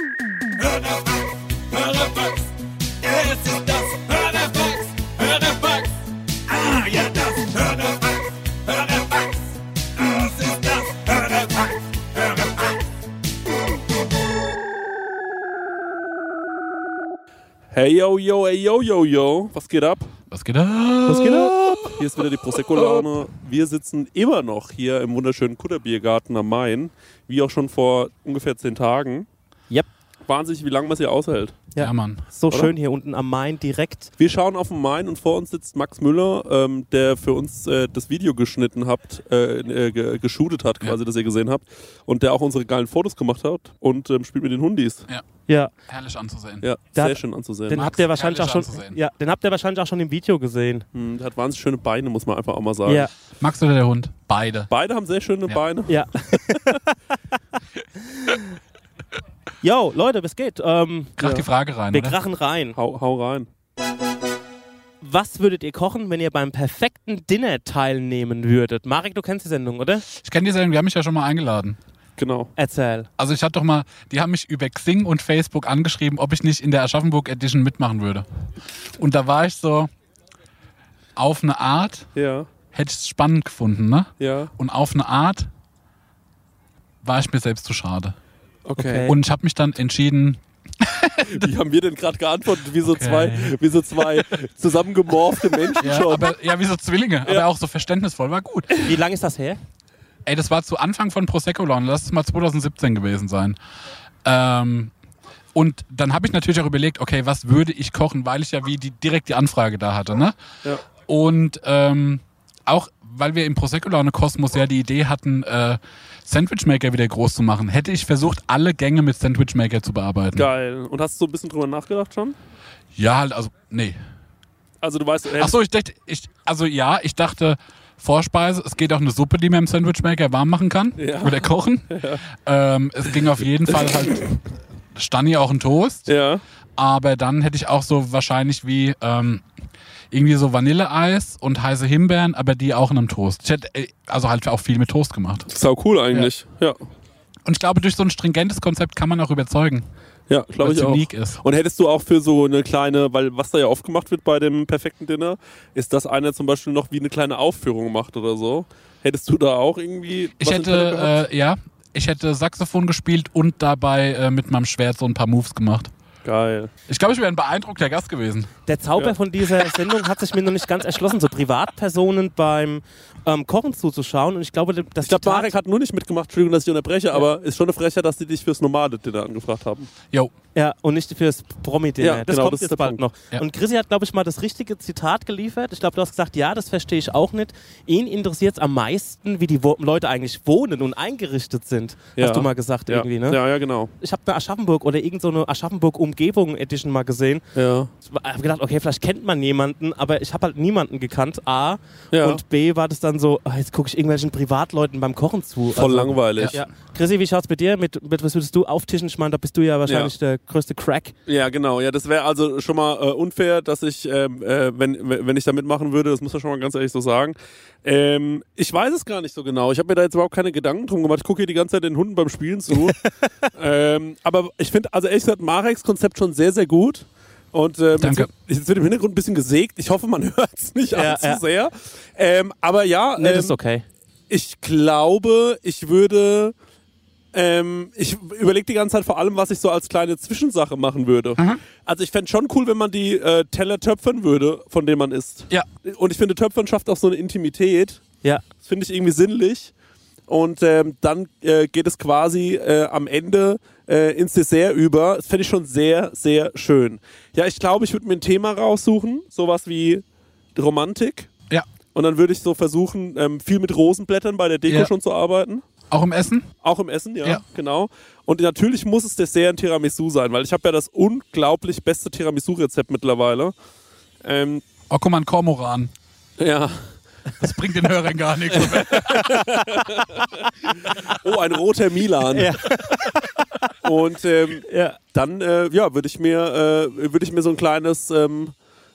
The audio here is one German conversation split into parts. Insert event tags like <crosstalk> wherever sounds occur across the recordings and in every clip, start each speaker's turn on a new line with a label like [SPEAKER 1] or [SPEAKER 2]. [SPEAKER 1] Hörnerfax, Hörnerfax, es ist das Hörnerfax, Hörnerfax. Ah, ja, das Hörnerfax, Hörnerfax, es ist das Hörnerfax, Hörnerfax.
[SPEAKER 2] Hey yo yo, hey yo yo yo, was geht ab?
[SPEAKER 3] Was geht ab?
[SPEAKER 2] Was geht ab? Hier ist wieder die Prosecco Laune. Wir sitzen immer noch hier im wunderschönen Kutterbiergarten am Main, wie auch schon vor ungefähr zehn Tagen.
[SPEAKER 4] Yep.
[SPEAKER 2] Wahnsinnig, wie lange man es hier aushält.
[SPEAKER 3] Ja,
[SPEAKER 4] Ja.
[SPEAKER 3] Mann.
[SPEAKER 4] So
[SPEAKER 2] Oder?
[SPEAKER 4] schön hier unten am Main direkt.
[SPEAKER 2] Wir schauen auf den Main und vor uns sitzt Max Müller, ähm, der für uns äh, das Video geschnitten habt, äh, äh, ge- geshootet hat, quasi, das ihr gesehen habt. Und der auch unsere geilen Fotos gemacht hat und ähm, spielt mit den Hundis.
[SPEAKER 4] Ja,
[SPEAKER 3] Herrlich anzusehen.
[SPEAKER 2] Ja, sehr
[SPEAKER 4] Der hat-
[SPEAKER 2] schön anzusehen.
[SPEAKER 4] den
[SPEAKER 3] Max
[SPEAKER 4] habt ihr wahrscheinlich auch
[SPEAKER 3] herrlich
[SPEAKER 4] schon.
[SPEAKER 3] anzusehen.
[SPEAKER 4] Ja, den habt ihr wahrscheinlich auch schon im Video gesehen.
[SPEAKER 2] Hm, der hat wahnsinnig schöne Beine, muss man einfach auch mal sagen.
[SPEAKER 4] Ja,
[SPEAKER 3] Max oder der Hund? Beide.
[SPEAKER 2] Beide haben sehr schöne
[SPEAKER 3] Ja.
[SPEAKER 2] Beine.
[SPEAKER 4] ja. <laughs> Yo, Leute, was geht? Ähm,
[SPEAKER 3] Krach
[SPEAKER 2] Ja.
[SPEAKER 3] die Frage rein,
[SPEAKER 4] wir
[SPEAKER 3] oder?
[SPEAKER 4] krachen rein.
[SPEAKER 2] Hau, hau rein.
[SPEAKER 4] Was würdet ihr kochen, wenn ihr beim perfekten Dinner teilnehmen würdet? Marek, du kennst die Sendung, oder?
[SPEAKER 3] Ich kenne die Sendung, die haben mich ja schon mal eingeladen.
[SPEAKER 2] Genau.
[SPEAKER 4] Erzähl.
[SPEAKER 3] Also ich hatte doch mal, die haben mich über Xing und Facebook angeschrieben, ob ich nicht in der Aschaffenburg Edition mitmachen würde. Und da war ich so, auf eine Art
[SPEAKER 2] Ja,
[SPEAKER 3] hätte ich es spannend gefunden, ne?
[SPEAKER 2] ja.
[SPEAKER 3] Und auf eine Art war ich mir selbst zu schade.
[SPEAKER 2] <laughs> Okay.
[SPEAKER 3] Und ich habe mich dann entschieden,
[SPEAKER 2] Wie haben wir denn gerade geantwortet? Wie so
[SPEAKER 3] Okay.
[SPEAKER 2] zwei, wie so
[SPEAKER 3] <laughs>
[SPEAKER 2] zwei zusammengemorfte Menschen
[SPEAKER 3] ja,
[SPEAKER 2] schon.
[SPEAKER 3] aber, ja wie so Zwillinge, aber auch so verständnisvoll, war gut.
[SPEAKER 4] Wie lange ist das her?
[SPEAKER 3] Ey, das war zu Anfang von Prosecco Laune. Lass es mal 2017 gewesen sein. Ähm, und dann habe ich natürlich auch überlegt, okay, was würde ich kochen, weil ich ja wie die, direkt die Anfrage da hatte. Ne?
[SPEAKER 2] Ja.
[SPEAKER 3] Und ähm, auch, weil wir im Prosecco Laune Kosmos ja die Idee hatten, äh, Sandwich Maker wieder groß zu machen, hätte ich versucht, alle Gänge mit Sandwich Maker zu bearbeiten.
[SPEAKER 2] Geil. Und hast du so ein bisschen drüber nachgedacht schon?
[SPEAKER 3] Ja, halt, also, nee.
[SPEAKER 2] Also du weißt, äh,
[SPEAKER 3] Ach so, ich dachte, ich, also ja, ich dachte Vorspeise, es geht auch eine Suppe, die man im Sandwichmaker warm machen kann
[SPEAKER 2] Ja. <laughs>
[SPEAKER 3] oder kochen. Ähm, es ging auf jeden Fall halt Stani auch ein Toast,
[SPEAKER 2] ja.
[SPEAKER 3] aber dann hätte ich auch so wahrscheinlich wie ähm, irgendwie so Vanilleeis und heiße Himbeeren, aber die auch in einem Toast. Ich hätte äh, also halt auch viel mit Toast gemacht.
[SPEAKER 2] Sau cool eigentlich. Ja.
[SPEAKER 3] Und ich glaube, durch so ein stringentes Konzept kann man auch überzeugen,
[SPEAKER 2] Ja, glaube
[SPEAKER 3] was
[SPEAKER 2] ich auch.
[SPEAKER 3] unique ist.
[SPEAKER 2] Und hättest du auch für so eine kleine, weil was da ja oft gemacht wird bei dem perfekten Dinner, ist, dass einer zum Beispiel noch wie eine kleine Aufführung macht oder so. Hättest du da auch irgendwie.
[SPEAKER 3] Ich
[SPEAKER 2] was im Petto gehabt?
[SPEAKER 3] hätte, äh, ja, ich hätte Saxophon gespielt und dabei äh, mit meinem Schwert so ein paar Moves gemacht.
[SPEAKER 2] Geil.
[SPEAKER 3] Ich glaube, ich wäre ein beeindruckter Gast gewesen.
[SPEAKER 4] Der Zauber
[SPEAKER 2] Ja.
[SPEAKER 4] von dieser Sendung hat sich mir noch nicht ganz erschlossen, so Privatpersonen beim ähm, Kochen zuzuschauen. Und ich glaube, das
[SPEAKER 2] Ich glaube, Marek hat nur nicht mitgemacht, Entschuldigung, dass ich unterbreche, aber ist schon eine Frechheit, dass die dich fürs normale Dinner angefragt haben.
[SPEAKER 3] Jo,
[SPEAKER 4] Ja, und nicht fürs Promi-Dinner.
[SPEAKER 2] Ja,
[SPEAKER 4] das
[SPEAKER 2] genau,
[SPEAKER 4] kommt
[SPEAKER 2] das ist der
[SPEAKER 4] jetzt bald
[SPEAKER 2] Punkt.
[SPEAKER 4] noch.
[SPEAKER 3] Ja.
[SPEAKER 4] Und Chrissy hat, glaube ich, mal das richtige Zitat geliefert. Ich glaube, du hast gesagt, ja, das verstehe ich auch nicht. Ihn interessiert es am meisten, wie die Wo Leute eigentlich wohnen und eingerichtet sind.
[SPEAKER 2] Ja.
[SPEAKER 4] Hast du mal gesagt
[SPEAKER 2] Ja.
[SPEAKER 4] irgendwie, ne?
[SPEAKER 2] Ja, ja, genau.
[SPEAKER 4] Ich habe eine Aschaffenburg oder irgend so eine Aschaffenburg-Umgebung-Edition mal gesehen.
[SPEAKER 2] Ja.
[SPEAKER 4] Ich habe gedacht, okay, vielleicht kennt man jemanden, aber ich habe halt niemanden gekannt, A.
[SPEAKER 2] Ja.
[SPEAKER 4] Und B war das dann so, ah, jetzt gucke ich irgendwelchen Privatleuten beim Kochen zu.
[SPEAKER 2] Voll langweilig.
[SPEAKER 4] Also, Ja. Chrissy, wie schaut's mit dir? Mit, mit was würdest du auftischen? Ich meine, da bist du ja wahrscheinlich der größte Crack.
[SPEAKER 2] Ja, genau. Ja, das wäre also schon mal äh, unfair, dass ich, ähm, äh, wenn, w- wenn ich da mitmachen würde, das muss man schon mal ganz ehrlich so sagen. Ähm, ich weiß es gar nicht so genau. Ich habe mir da jetzt überhaupt keine Gedanken drum gemacht. Ich gucke hier die ganze Zeit den Hunden beim Spielen
[SPEAKER 4] <laughs>
[SPEAKER 2] zu. ähm, aber ich finde, also ehrlich gesagt, Mareks Konzept schon sehr, sehr gut. Und ähm,
[SPEAKER 3] Danke.
[SPEAKER 2] Jetzt, jetzt wird im Hintergrund ein bisschen gesägt. Ich hoffe, man <laughs> hört es nicht
[SPEAKER 4] Ja,
[SPEAKER 2] allzu
[SPEAKER 4] ja.
[SPEAKER 2] sehr. Ähm, aber ja,
[SPEAKER 4] Nee,
[SPEAKER 2] ähm,
[SPEAKER 4] das ist okay.
[SPEAKER 2] ich glaube, ich würde. Ähm, ich überlege die ganze Zeit vor allem, was ich so als kleine Zwischensache machen würde. Also ich fände schon cool, wenn man die äh, Teller töpfern würde, von denen man isst.
[SPEAKER 3] ja.
[SPEAKER 2] Und ich finde, Töpfern schafft auch so eine Intimität.
[SPEAKER 4] Ja.
[SPEAKER 2] Das finde ich irgendwie sinnlich. Und ähm, dann äh, geht es quasi äh, am Ende äh, ins Dessert über. Das fände ich schon sehr, sehr schön. Ja, ich glaube, ich würde mir ein Thema raussuchen. Sowas wie Romantik.
[SPEAKER 3] Ja.
[SPEAKER 2] Und dann würde ich so versuchen, ähm, viel mit Rosenblättern bei der Deko
[SPEAKER 3] Ja.
[SPEAKER 2] schon zu arbeiten.
[SPEAKER 3] Auch im Essen?
[SPEAKER 2] Auch im Essen, ja,
[SPEAKER 3] Ja.
[SPEAKER 2] genau. Und natürlich muss es Dessert ein Tiramisu sein, weil ich habe ja das unglaublich beste Tiramisu-Rezept mittlerweile. Ähm,
[SPEAKER 3] Oh, guck mal, ein Kormoran.
[SPEAKER 2] ja.
[SPEAKER 3] Das bringt den Hörern gar
[SPEAKER 2] <laughs>
[SPEAKER 3] nichts.
[SPEAKER 2] Oh, ein roter Milan.
[SPEAKER 4] Ja.
[SPEAKER 2] Und ähm,
[SPEAKER 4] Ja.
[SPEAKER 2] dann äh, ja, würde ich mir äh, würde ich mir so ein kleines ähm,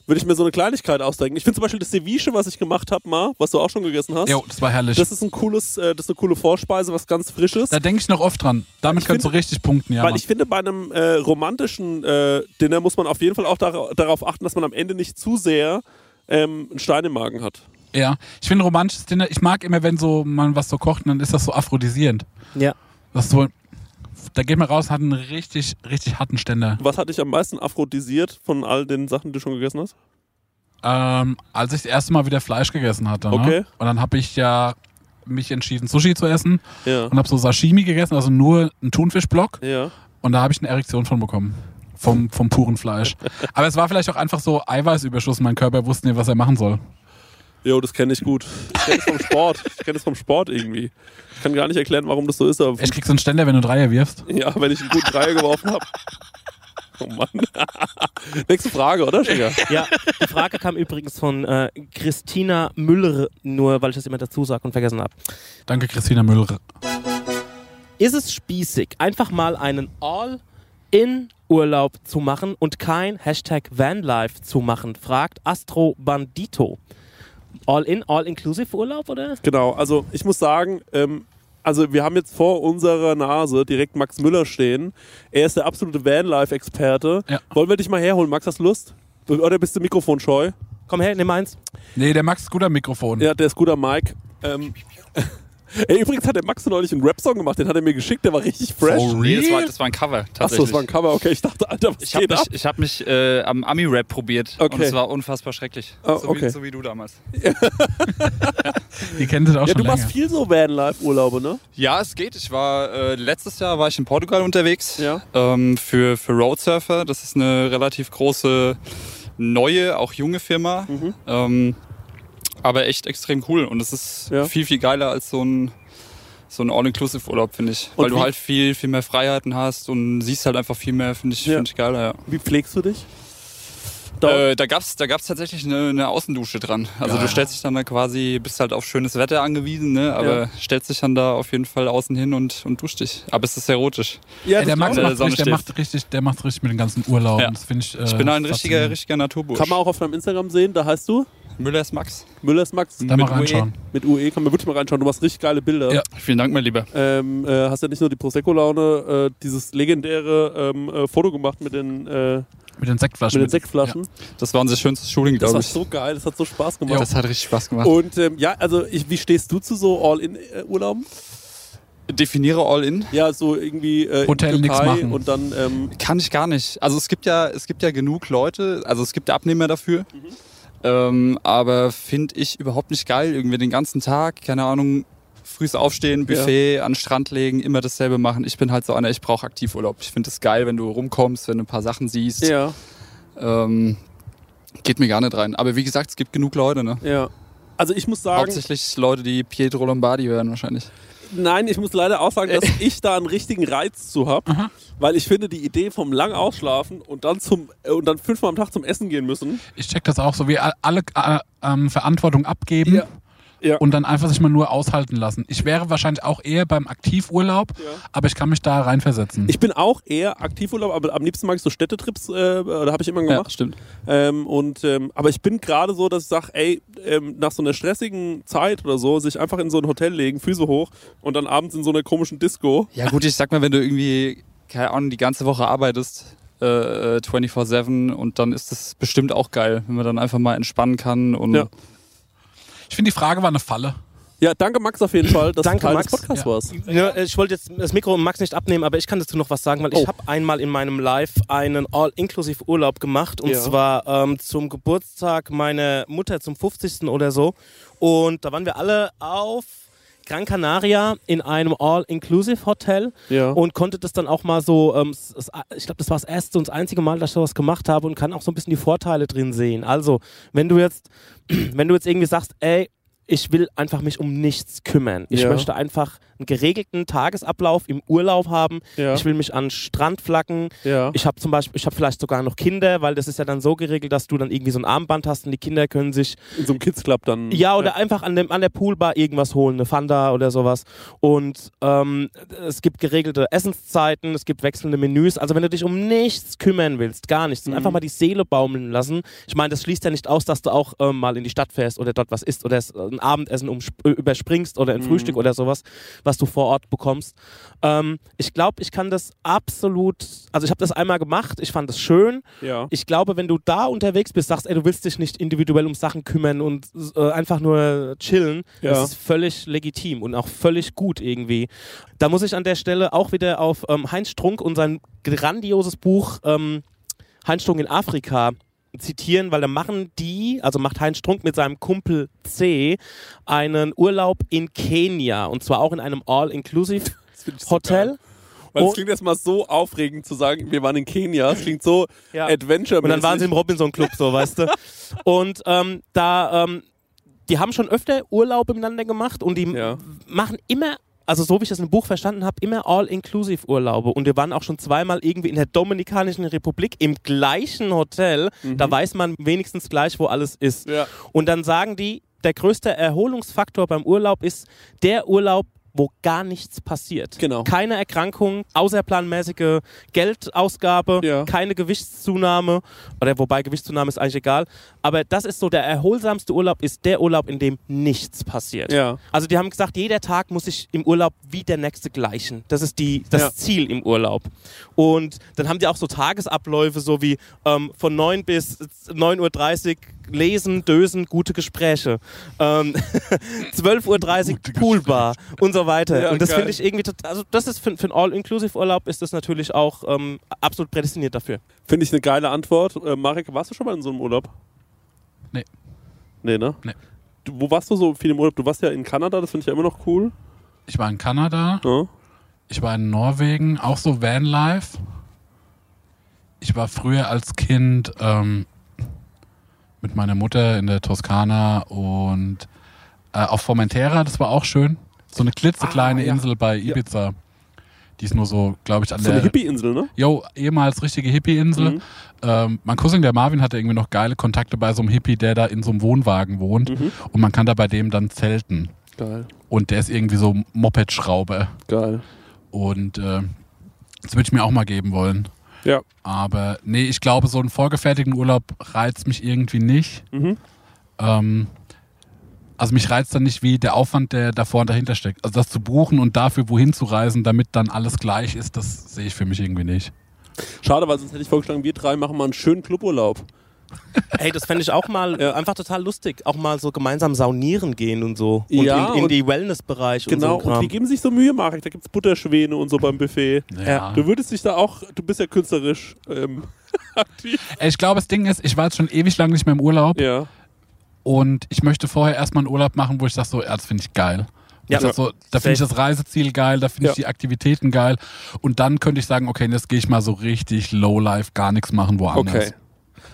[SPEAKER 2] würde ich mir so eine Kleinigkeit ausdenken. Ich finde zum Beispiel das Ceviche, was ich gemacht habe, mal, was du auch schon gegessen hast.
[SPEAKER 3] Jo, das war herrlich.
[SPEAKER 2] Das ist ein cooles, äh, das ist eine coole Vorspeise, was ganz frisches.
[SPEAKER 3] da denke ich noch oft dran. Damit
[SPEAKER 2] Ich
[SPEAKER 3] kannst du
[SPEAKER 2] finde-
[SPEAKER 3] richtig punkten, ja.
[SPEAKER 2] Weil
[SPEAKER 3] Mann.
[SPEAKER 2] ich finde, bei einem äh, romantischen äh, Dinner muss man auf jeden Fall auch dar darauf achten, dass man am Ende nicht zu sehr ähm, einen Stein im Magen hat.
[SPEAKER 3] ja. Ich finde romantisches Dinner, ich mag immer, wenn so man was so kocht, und dann ist das so aphrodisierend.
[SPEAKER 4] Ja.
[SPEAKER 3] Das ist so, da geht man raus und hat einen richtig, richtig harten Ständer.
[SPEAKER 2] Was hat dich am meisten aphrodisiert von all den Sachen, die du schon gegessen hast?
[SPEAKER 3] Ähm, als ich das erste Mal wieder Fleisch gegessen hatte. Ne?
[SPEAKER 2] Okay.
[SPEAKER 3] Und dann habe ich ja mich entschieden, Sushi zu essen
[SPEAKER 2] Ja.
[SPEAKER 3] und habe so Sashimi gegessen, also nur einen Thunfischblock.
[SPEAKER 2] Ja.
[SPEAKER 3] Und da habe ich eine Erektion von bekommen. Vom, vom puren Fleisch. Aber es war vielleicht auch einfach so Eiweißüberschuss. Mein Körper wusste nicht, was er machen soll.
[SPEAKER 2] Jo, das kenne ich gut. Ich kenne das vom Sport. Ich kenne das vom Sport irgendwie. Ich kann gar nicht erklären, warum das so ist, aber
[SPEAKER 3] Ich krieg so einen Ständer, wenn du Dreier wirfst.
[SPEAKER 2] <laughs> ja, wenn ich einen guten Dreier geworfen habe. Oh Mann. <laughs> Nächste Frage, oder, Schäger?
[SPEAKER 4] Ja, die Frage kam übrigens von äh, Christina Müller, nur weil ich das immer dazu sage und vergessen habe.
[SPEAKER 3] Danke, Christina Müller.
[SPEAKER 4] Ist es spießig, einfach mal einen All-In-Urlaub zu machen und kein Hashtag Vanlife zu machen, fragt Astro Bandito. All-In, All-Inclusive-Urlaub, oder?
[SPEAKER 2] Genau, also ich muss sagen, ähm, also wir haben jetzt vor unserer Nase direkt Max Müller stehen. Er ist der absolute Vanlife-Experte.
[SPEAKER 3] Ja.
[SPEAKER 2] Wollen wir dich mal herholen? Max, hast du Lust? Oder bist du mikrofonscheu?
[SPEAKER 4] Komm her, nimm eins.
[SPEAKER 3] Nee, der Max ist gut am Mikrofon.
[SPEAKER 2] Ja, der ist guter Mike. Ähm, <laughs> Ey, übrigens hat der Max neulich einen Rap-Song gemacht, den hat er mir geschickt, der war richtig fresh.
[SPEAKER 3] For
[SPEAKER 1] Nee, das war,
[SPEAKER 3] real?
[SPEAKER 1] das war ein Cover, tatsächlich.
[SPEAKER 2] Achso, das war ein Cover, okay. Ich dachte, Alter, was
[SPEAKER 1] ich habe
[SPEAKER 2] geht ab?
[SPEAKER 1] mich, ich hab mich äh, am Ami-Rap probiert
[SPEAKER 2] Okay.
[SPEAKER 1] und es war unfassbar schrecklich.
[SPEAKER 2] Ah,
[SPEAKER 1] so,
[SPEAKER 2] okay.
[SPEAKER 1] wie, so wie du damals.
[SPEAKER 3] Die kennen sich auch
[SPEAKER 2] Ja,
[SPEAKER 3] schon
[SPEAKER 2] du
[SPEAKER 3] länger.
[SPEAKER 2] machst viel so Vanlife-Urlaube, ne?
[SPEAKER 1] Ja, es geht. Ich war äh, letztes Jahr war ich in Portugal unterwegs
[SPEAKER 2] Ja.
[SPEAKER 1] ähm, für, für Roadsurfer. Das ist eine relativ große, neue, auch junge Firma.
[SPEAKER 2] Mhm.
[SPEAKER 1] Ähm, aber echt extrem cool. Und es ist
[SPEAKER 2] Ja.
[SPEAKER 1] viel, viel geiler als so ein, so ein All-Inclusive-Urlaub, finde ich.
[SPEAKER 2] Und
[SPEAKER 1] Weil
[SPEAKER 2] wie-
[SPEAKER 1] du halt viel, viel mehr Freiheiten hast und siehst halt einfach viel mehr, finde ich,
[SPEAKER 2] Ja.
[SPEAKER 1] finde ich geiler, ja.
[SPEAKER 2] Wie pflegst du dich? Dauer-
[SPEAKER 1] Äh, da gab es da gab's tatsächlich eine, eine Außendusche dran. Also du stellst dich dann da quasi, bist halt auf schönes Wetter angewiesen, ne? aber
[SPEAKER 2] Ja.
[SPEAKER 1] stellst dich dann da auf jeden Fall außen hin und, und duscht dich. Aber es ist erotisch.
[SPEAKER 2] ja,
[SPEAKER 3] Ey, der
[SPEAKER 2] das
[SPEAKER 3] Max
[SPEAKER 1] in der
[SPEAKER 3] macht
[SPEAKER 1] Sonne
[SPEAKER 3] richtig, der
[SPEAKER 1] stehst.
[SPEAKER 3] macht richtig, der macht richtig mit den ganzen Urlauben.
[SPEAKER 1] Ja.
[SPEAKER 3] Das finde ich. Äh,
[SPEAKER 1] Ich bin ein richtiger,
[SPEAKER 3] faszinierend.
[SPEAKER 1] richtiger Naturbursch.
[SPEAKER 2] kann man auch auf deinem Instagram sehen, da heißt du
[SPEAKER 1] Müllers Max.
[SPEAKER 2] Müllers Max
[SPEAKER 3] Da mal
[SPEAKER 1] mit UE.
[SPEAKER 3] reinschauen.
[SPEAKER 2] mit UE, kann man wirklich mal reinschauen, du machst richtig geile Bilder.
[SPEAKER 3] Ja.
[SPEAKER 1] Vielen Dank, mein Lieber.
[SPEAKER 2] Ähm, äh, hast ja nicht nur die Prosecco-Laune, äh, dieses legendäre ähm, äh, Foto gemacht mit den, äh,
[SPEAKER 3] Mit den Sektflaschen.
[SPEAKER 2] mit den Sektflaschen.
[SPEAKER 1] Das war unser schönstes Shooting,
[SPEAKER 2] Das
[SPEAKER 1] glaube
[SPEAKER 2] war
[SPEAKER 1] ich.
[SPEAKER 2] so geil, das hat so Spaß gemacht.
[SPEAKER 1] Das hat richtig Spaß gemacht.
[SPEAKER 2] Und ähm, ja, also ich, wie stehst du zu so All-In-Urlauben?
[SPEAKER 1] Definiere All-In.
[SPEAKER 2] Ja, so irgendwie äh, in
[SPEAKER 3] Hotel, nix
[SPEAKER 2] Türkei
[SPEAKER 3] machen.
[SPEAKER 2] und dann ähm,
[SPEAKER 1] Kann ich gar nicht. Also es gibt ja, es gibt ja genug Leute, also es gibt Abnehmer dafür. Ähm, aber finde ich überhaupt nicht geil. Irgendwie den ganzen Tag, keine Ahnung, frühs aufstehen, Buffet, an den Strand legen, immer dasselbe machen. Ich bin halt so einer, ich brauche Aktivurlaub. Ich finde es geil, wenn du rumkommst, wenn du ein paar Sachen siehst.
[SPEAKER 2] ja,
[SPEAKER 1] Ähm, geht mir gar nicht rein. Aber wie gesagt, es gibt genug Leute, ne?
[SPEAKER 2] ja. Also ich muss sagen,
[SPEAKER 1] Hauptsächlich Leute, die Pietro Lombardi hören wahrscheinlich.
[SPEAKER 2] nein, ich muss leider auch sagen,
[SPEAKER 1] Äh.
[SPEAKER 2] dass ich da einen richtigen Reiz zu habe, weil ich finde die Idee vom lang ausschlafen und dann zum äh, und dann fünfmal am Tag zum Essen gehen müssen.
[SPEAKER 3] Ich check das auch so, wie alle äh, ähm, Verantwortung abgeben
[SPEAKER 2] Ja. Ja.
[SPEAKER 3] und dann einfach sich mal nur aushalten lassen. Ich wäre wahrscheinlich auch eher beim Aktivurlaub, aber ich kann mich da reinversetzen.
[SPEAKER 2] Ich bin auch eher Aktivurlaub, aber am liebsten mag ich so Städtetrips, äh, da habe ich immer
[SPEAKER 1] Ja,
[SPEAKER 2] gemacht.
[SPEAKER 1] stimmt.
[SPEAKER 2] Ähm, und, ähm, aber ich bin gerade so, dass ich sage, ey, ähm, nach so einer stressigen Zeit oder so, sich einfach in so ein Hotel legen, Füße hoch und dann abends in so einer komischen Disco.
[SPEAKER 1] Ja gut, ich sag mal, wenn du irgendwie, keine Ahnung, die ganze Woche arbeitest, äh, äh, 24-7 und dann ist das bestimmt auch geil, wenn man dann einfach mal entspannen kann und
[SPEAKER 2] Ja.
[SPEAKER 3] Ich finde, die Frage war eine Falle.
[SPEAKER 2] Ja, danke Max auf jeden Fall, dass
[SPEAKER 4] Danke,
[SPEAKER 2] du Teil
[SPEAKER 4] Max.
[SPEAKER 2] des Podcasts
[SPEAKER 3] Ja.
[SPEAKER 2] warst.
[SPEAKER 4] Ja, ich wollte jetzt das Mikro Max nicht abnehmen, aber ich kann dazu noch was sagen, weil ich
[SPEAKER 2] Oh.
[SPEAKER 4] habe einmal in meinem Live einen All-Inklusiv-Urlaub gemacht und
[SPEAKER 2] Ja.
[SPEAKER 4] zwar ähm, zum Geburtstag meiner Mutter zum 50. oder so. Und da waren wir alle auf Gran Canaria in einem All-Inclusive-Hotel
[SPEAKER 2] Ja.
[SPEAKER 4] und konnte das dann auch mal so, ähm, s- s- ich glaube, das war das erste und das einzige Mal, dass ich sowas gemacht habe <clears throat> und kann auch so ein bisschen die Vorteile drin sehen. Also, wenn du jetzt wenn du jetzt irgendwie sagst, ey, ich will einfach mich um nichts kümmern. Ich
[SPEAKER 2] Ja.
[SPEAKER 4] möchte einfach einen geregelten Tagesablauf im Urlaub haben.
[SPEAKER 2] Ja.
[SPEAKER 4] Ich will mich an den Strand flacken.
[SPEAKER 2] Ja.
[SPEAKER 4] Ich habe zum Beispiel, ich habe vielleicht sogar noch Kinder, weil das ist ja dann so geregelt, dass du dann irgendwie so ein Armband hast und die Kinder können sich
[SPEAKER 2] In so einem Kids Club dann.
[SPEAKER 4] ja, oder einfach an, dem, an der Poolbar irgendwas holen, eine Fanta oder sowas. Und ähm, es gibt geregelte Essenszeiten, es gibt wechselnde Menüs. Also wenn du dich um nichts kümmern willst, gar nichts, und einfach mal die Seele baumeln lassen. Ich meine, das schließt ja nicht aus, dass du auch ähm, mal in die Stadt fährst oder dort was isst oder es- ein Abendessen umsp- äh, überspringst oder ein Frühstück oder sowas, was du vor Ort bekommst. Ähm, ich glaube, ich kann das absolut, also ich habe das einmal gemacht, ich fand es schön.
[SPEAKER 2] Ja.
[SPEAKER 4] Ich glaube, wenn du da unterwegs bist, sagst, ey, du willst dich nicht individuell um Sachen kümmern und äh, einfach nur chillen,
[SPEAKER 2] Ja.
[SPEAKER 4] das ist völlig legitim und auch völlig gut irgendwie. Da muss ich an der Stelle auch wieder auf ähm, Heinz Strunk und sein grandioses Buch ähm, Heinz Strunk in Afrika zitieren, weil da machen die, also macht Heinz Strunk mit seinem Kumpel C einen Urlaub in Kenia und zwar auch in einem All-Inclusive
[SPEAKER 2] find ich so
[SPEAKER 4] Hotel.
[SPEAKER 2] geil. Weil es
[SPEAKER 4] Oh.
[SPEAKER 2] klingt erstmal so aufregend zu sagen, wir waren in Kenia. Es klingt so
[SPEAKER 4] Ja.
[SPEAKER 2] adventure
[SPEAKER 4] Und dann waren sie im Robinson-Club, so, weißt du. Und ähm, da, ähm, die haben schon öfter Urlaube miteinander gemacht und die
[SPEAKER 2] Ja.
[SPEAKER 4] machen immer, also so wie ich das im Buch verstanden habe, immer All-Inclusive-Urlaube. Und wir waren auch schon zweimal irgendwie in der Dominikanischen Republik im gleichen Hotel. Da weiß man wenigstens gleich, wo alles ist.
[SPEAKER 2] Mhm. Ja.
[SPEAKER 4] Und dann sagen die, der größte Erholungsfaktor beim Urlaub ist der Urlaub, wo gar nichts passiert.
[SPEAKER 2] Genau.
[SPEAKER 4] Keine Erkrankung, außerplanmäßige Geldausgabe,
[SPEAKER 2] Ja.
[SPEAKER 4] keine Gewichtszunahme, oder wobei Gewichtszunahme ist eigentlich egal. Aber das ist so der erholsamste Urlaub, ist der Urlaub, in dem nichts passiert.
[SPEAKER 2] Ja.
[SPEAKER 4] Also die haben gesagt, jeder Tag muss sich im Urlaub wie der nächste gleichen. Das ist die, das
[SPEAKER 2] Ja.
[SPEAKER 4] Ziel im Urlaub. Und dann haben die auch so Tagesabläufe, so wie ähm, von 9 bis 9.30 Uhr lesen, dösen, gute Gespräche. Ähm, <laughs> 12.30 Uhr Poolbar und so weiter.
[SPEAKER 2] Ja,
[SPEAKER 4] und das
[SPEAKER 2] geil.
[SPEAKER 4] finde ich irgendwie, tot- also das ist für, für einen All-Inclusive-Urlaub ist das natürlich auch ähm, absolut prädestiniert dafür.
[SPEAKER 2] Finde ich eine geile Antwort. Äh, Marek, warst du schon mal in so einem Urlaub?
[SPEAKER 3] Nee.
[SPEAKER 2] Nee, ne?
[SPEAKER 3] Nee.
[SPEAKER 2] Du, wo warst du so viel im Urlaub? Du warst ja in Kanada, das finde ich ja immer noch cool. ne?
[SPEAKER 3] Ich war in Kanada,
[SPEAKER 2] Ja.
[SPEAKER 3] ich war in Norwegen, auch so Vanlife. Ich war früher als Kind ähm, mit meiner Mutter in der Toskana und äh, auf Formentera, das war auch schön. So eine klitzekleine
[SPEAKER 2] Ah, ja.
[SPEAKER 3] Insel bei Ibiza. Die ist nur so, glaube ich, an
[SPEAKER 2] So eine
[SPEAKER 3] der
[SPEAKER 2] Hippie-Insel, ne?
[SPEAKER 3] Jo, ehemals richtige Hippie-Insel.
[SPEAKER 2] Mhm.
[SPEAKER 3] Ähm, mein Cousin, der Marvin, hatte irgendwie noch geile Kontakte bei so einem Hippie, der da in so einem Wohnwagen wohnt.
[SPEAKER 2] Mhm.
[SPEAKER 3] Und man kann da bei dem dann zelten.
[SPEAKER 2] Geil.
[SPEAKER 3] Und der ist irgendwie so Moped-Schrauber.
[SPEAKER 2] Geil.
[SPEAKER 3] Und äh, das würde ich mir auch mal geben wollen.
[SPEAKER 2] Ja.
[SPEAKER 3] Aber nee, ich glaube, so einen vorgefertigten Urlaub reizt mich irgendwie nicht. Ähm, also mich reizt dann nicht, wie der Aufwand, der davor und dahinter steckt. Also das zu buchen und dafür wohin zu reisen, damit dann alles gleich ist, das sehe ich für mich irgendwie nicht.
[SPEAKER 2] Schade, weil sonst hätte ich vorgeschlagen, wir drei machen mal einen schönen Cluburlaub.
[SPEAKER 4] Hey, das fände ich auch mal
[SPEAKER 2] Ja.
[SPEAKER 4] einfach total lustig. Auch mal so gemeinsam saunieren gehen und so. Und
[SPEAKER 2] Ja,
[SPEAKER 4] in, in
[SPEAKER 2] und-
[SPEAKER 4] die Wellnessbereich
[SPEAKER 2] Genau,
[SPEAKER 4] und so. ein
[SPEAKER 2] und die
[SPEAKER 4] Kram.
[SPEAKER 2] geben sich so Mühe, Marek. Da gibt's Butterschwäne und so beim Buffet.
[SPEAKER 3] Ja.
[SPEAKER 2] Du würdest dich da auch, du bist ja künstlerisch ähm, aktiv.
[SPEAKER 3] Ich glaube, das Ding ist, ich war jetzt schon ewig lang nicht mehr im Urlaub
[SPEAKER 2] Ja.
[SPEAKER 3] und ich möchte vorher erstmal einen Urlaub machen, wo ich sage, so, ja, das finde ich geil.
[SPEAKER 4] Ja.
[SPEAKER 3] Ja,
[SPEAKER 4] Also,
[SPEAKER 3] so, da finde ich das Reiseziel geil, da finde ich
[SPEAKER 2] Ja.
[SPEAKER 3] die Aktivitäten geil. Und dann könnte ich sagen, okay, jetzt gehe ich mal so richtig Lowlife, gar nichts machen woanders.
[SPEAKER 2] Okay.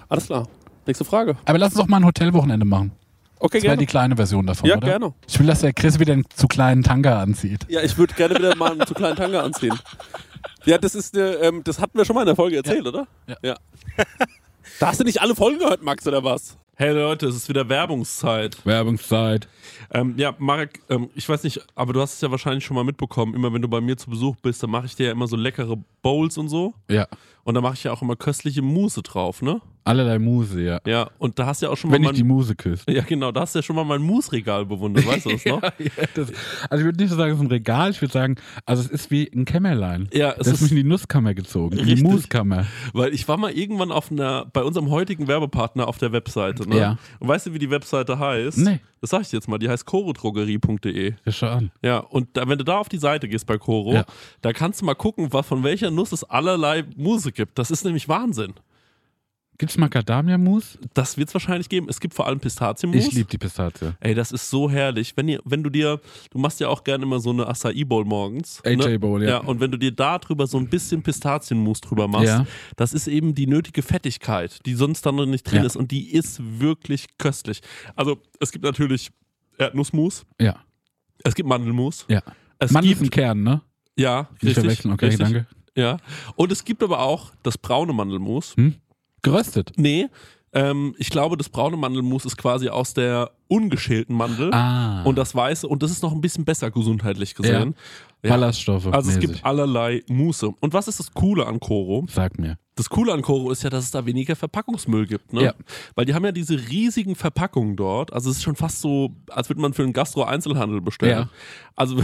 [SPEAKER 2] Alles klar. Nächste Frage.
[SPEAKER 3] Aber lass uns doch mal ein Hotelwochenende machen.
[SPEAKER 2] Okay,
[SPEAKER 3] Das wäre
[SPEAKER 2] gerne.
[SPEAKER 3] die kleine Version davon,
[SPEAKER 2] Ja,
[SPEAKER 3] oder?
[SPEAKER 2] gerne.
[SPEAKER 3] Ich will, dass der Chris wieder einen zu kleinen Tanga anzieht.
[SPEAKER 2] Ja, ich würde gerne wieder mal einen zu kleinen Tanga anziehen. Ja, das ist eine, ähm, das hatten wir schon mal in der Folge erzählt, oder?
[SPEAKER 3] Ja.
[SPEAKER 2] Da hast du nicht alle Folgen gehört, Max, oder was? Hey Leute, es ist wieder Werbungszeit.
[SPEAKER 5] Werbungszeit.
[SPEAKER 2] Ähm, ja, Marek, ähm, ich weiß nicht, aber du hast es ja wahrscheinlich schon mal mitbekommen. Immer wenn du bei mir zu Besuch bist, dann mache ich dir ja immer so leckere Bowls und so.
[SPEAKER 5] Ja.
[SPEAKER 2] Und da mache ich ja auch immer köstliche Mousse drauf, ne?
[SPEAKER 5] Allerlei Muse, ja.
[SPEAKER 2] Ja, und da hast du ja auch schon
[SPEAKER 5] Wenn
[SPEAKER 2] mal
[SPEAKER 5] ich die
[SPEAKER 2] mein,
[SPEAKER 5] Muse küsst.
[SPEAKER 2] Ja, genau, da hast du ja schon mal mein Mousse-Regal bewundert, weißt
[SPEAKER 5] <laughs>
[SPEAKER 2] du das noch?
[SPEAKER 5] also ich würde nicht so sagen, es ist ein Regal, ich würde sagen, also es ist wie ein Kämmerlein.
[SPEAKER 2] Ja, es
[SPEAKER 5] es ist mich
[SPEAKER 2] ist-
[SPEAKER 5] in die Nusskammer gezogen, in
[SPEAKER 2] Richtig.
[SPEAKER 5] die Muskammer.
[SPEAKER 2] Weil ich war mal irgendwann auf einer, bei unserem heutigen Werbepartner auf der Webseite, ne?
[SPEAKER 5] Ja.
[SPEAKER 2] Und weißt du, wie die Webseite heißt?
[SPEAKER 5] Nee.
[SPEAKER 2] Das sag ich dir jetzt mal, die heißt chorodrogerie.de.
[SPEAKER 5] Ja, schau an.
[SPEAKER 2] Ja, und da, wenn du da auf die Seite gehst bei Coro,
[SPEAKER 5] Ja.
[SPEAKER 2] da kannst du mal gucken, was, von welcher Nuss es allerlei Muse gibt. Das ist nämlich Wahnsinn.
[SPEAKER 5] Gibt's Macadamia-Mus?
[SPEAKER 2] Das wird es wahrscheinlich geben. Es gibt vor allem Pistazienmus.
[SPEAKER 5] Ich liebe die Pistazie.
[SPEAKER 2] Ey, das ist so herrlich. Wenn, ihr, wenn du dir, du machst ja auch gerne immer so eine Acai Bowl morgens. ne?
[SPEAKER 5] AJ Bowl, ja.
[SPEAKER 2] Ja, und wenn du dir da drüber so ein bisschen Pistazienmus drüber machst,
[SPEAKER 5] Ja.
[SPEAKER 2] das ist eben die nötige Fettigkeit, die sonst dann noch nicht drin
[SPEAKER 5] Ja.
[SPEAKER 2] ist. Und die ist wirklich köstlich. Also, es gibt natürlich. Erdnussmus.
[SPEAKER 3] Ja.
[SPEAKER 2] Es gibt Mandelmus.
[SPEAKER 3] Ja.
[SPEAKER 2] Es
[SPEAKER 3] Mann ist ein
[SPEAKER 2] gibt,
[SPEAKER 3] Kern, ne?
[SPEAKER 2] ja,
[SPEAKER 3] Nicht
[SPEAKER 2] richtig,
[SPEAKER 3] verwechseln, okay,
[SPEAKER 2] richtig,
[SPEAKER 3] danke.
[SPEAKER 2] Ja. Und es gibt aber auch das braune Mandelmus.
[SPEAKER 3] Geröstet.
[SPEAKER 2] Nee, ähm, ich glaube, das braune Mandelmus ist quasi aus der ungeschälten Mandel.
[SPEAKER 3] Ah.
[SPEAKER 2] Und das weiße, und das ist noch ein bisschen besser gesundheitlich gesehen. Ja.
[SPEAKER 3] Ballaststoffe.
[SPEAKER 2] Also es
[SPEAKER 3] mäßig.
[SPEAKER 2] gibt allerlei Muße. Und was ist das Coole an Koro?
[SPEAKER 3] Sag mir.
[SPEAKER 2] Das Coole an Koro ist ja, dass es da weniger Verpackungsmüll gibt, ne?
[SPEAKER 3] Ja.
[SPEAKER 2] Weil die haben ja diese riesigen Verpackungen dort. Also es ist schon fast so, als würde man für einen Gastro-Einzelhandel bestellen.
[SPEAKER 3] Ja.
[SPEAKER 2] Also,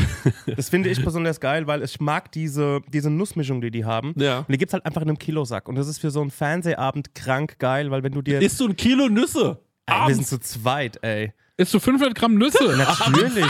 [SPEAKER 4] Das finde ich besonders geil, weil ich mag diese, diese Nussmischung, die die haben.
[SPEAKER 2] Ja.
[SPEAKER 4] Und die gibt es halt einfach in einem Kilosack. Und das ist für so einen Fernsehabend krank geil, weil wenn du
[SPEAKER 2] <laughs>
[SPEAKER 4] dir...
[SPEAKER 2] isst du ein Kilo Nüsse?
[SPEAKER 4] ey, Äh, wir sind
[SPEAKER 2] Abends.
[SPEAKER 4] zu zweit, ey.
[SPEAKER 3] Isst du 500 Gramm Nüsse?
[SPEAKER 2] <laughs>
[SPEAKER 4] Natürlich.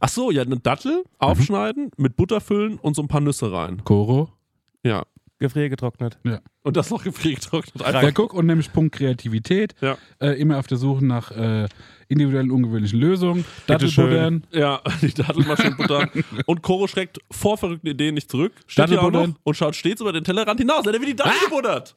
[SPEAKER 2] Ach so, ja, eine Dattel aufschneiden, mit Butter füllen und so ein paar Nüsse rein.
[SPEAKER 3] Koro.
[SPEAKER 2] Ja.
[SPEAKER 4] Gefriergetrocknet.
[SPEAKER 2] Und das noch <laughs> gefriergetrocknet.
[SPEAKER 3] Ja, guck, und nämlich Punkt Kreativität.
[SPEAKER 2] Ja.
[SPEAKER 3] Äh, immer auf der Suche nach äh, individuellen, ungewöhnlichen Lösungen. Dattelbuddern.
[SPEAKER 2] Ja, <laughs> die Dattel mal schön buttern. Und Koro schreckt vor verrückten Ideen nicht zurück. Steht hier auch noch
[SPEAKER 3] Dattelbuddern.
[SPEAKER 2] und schaut stets über den Tellerrand hinaus. Er wird die Dattel gebuddert.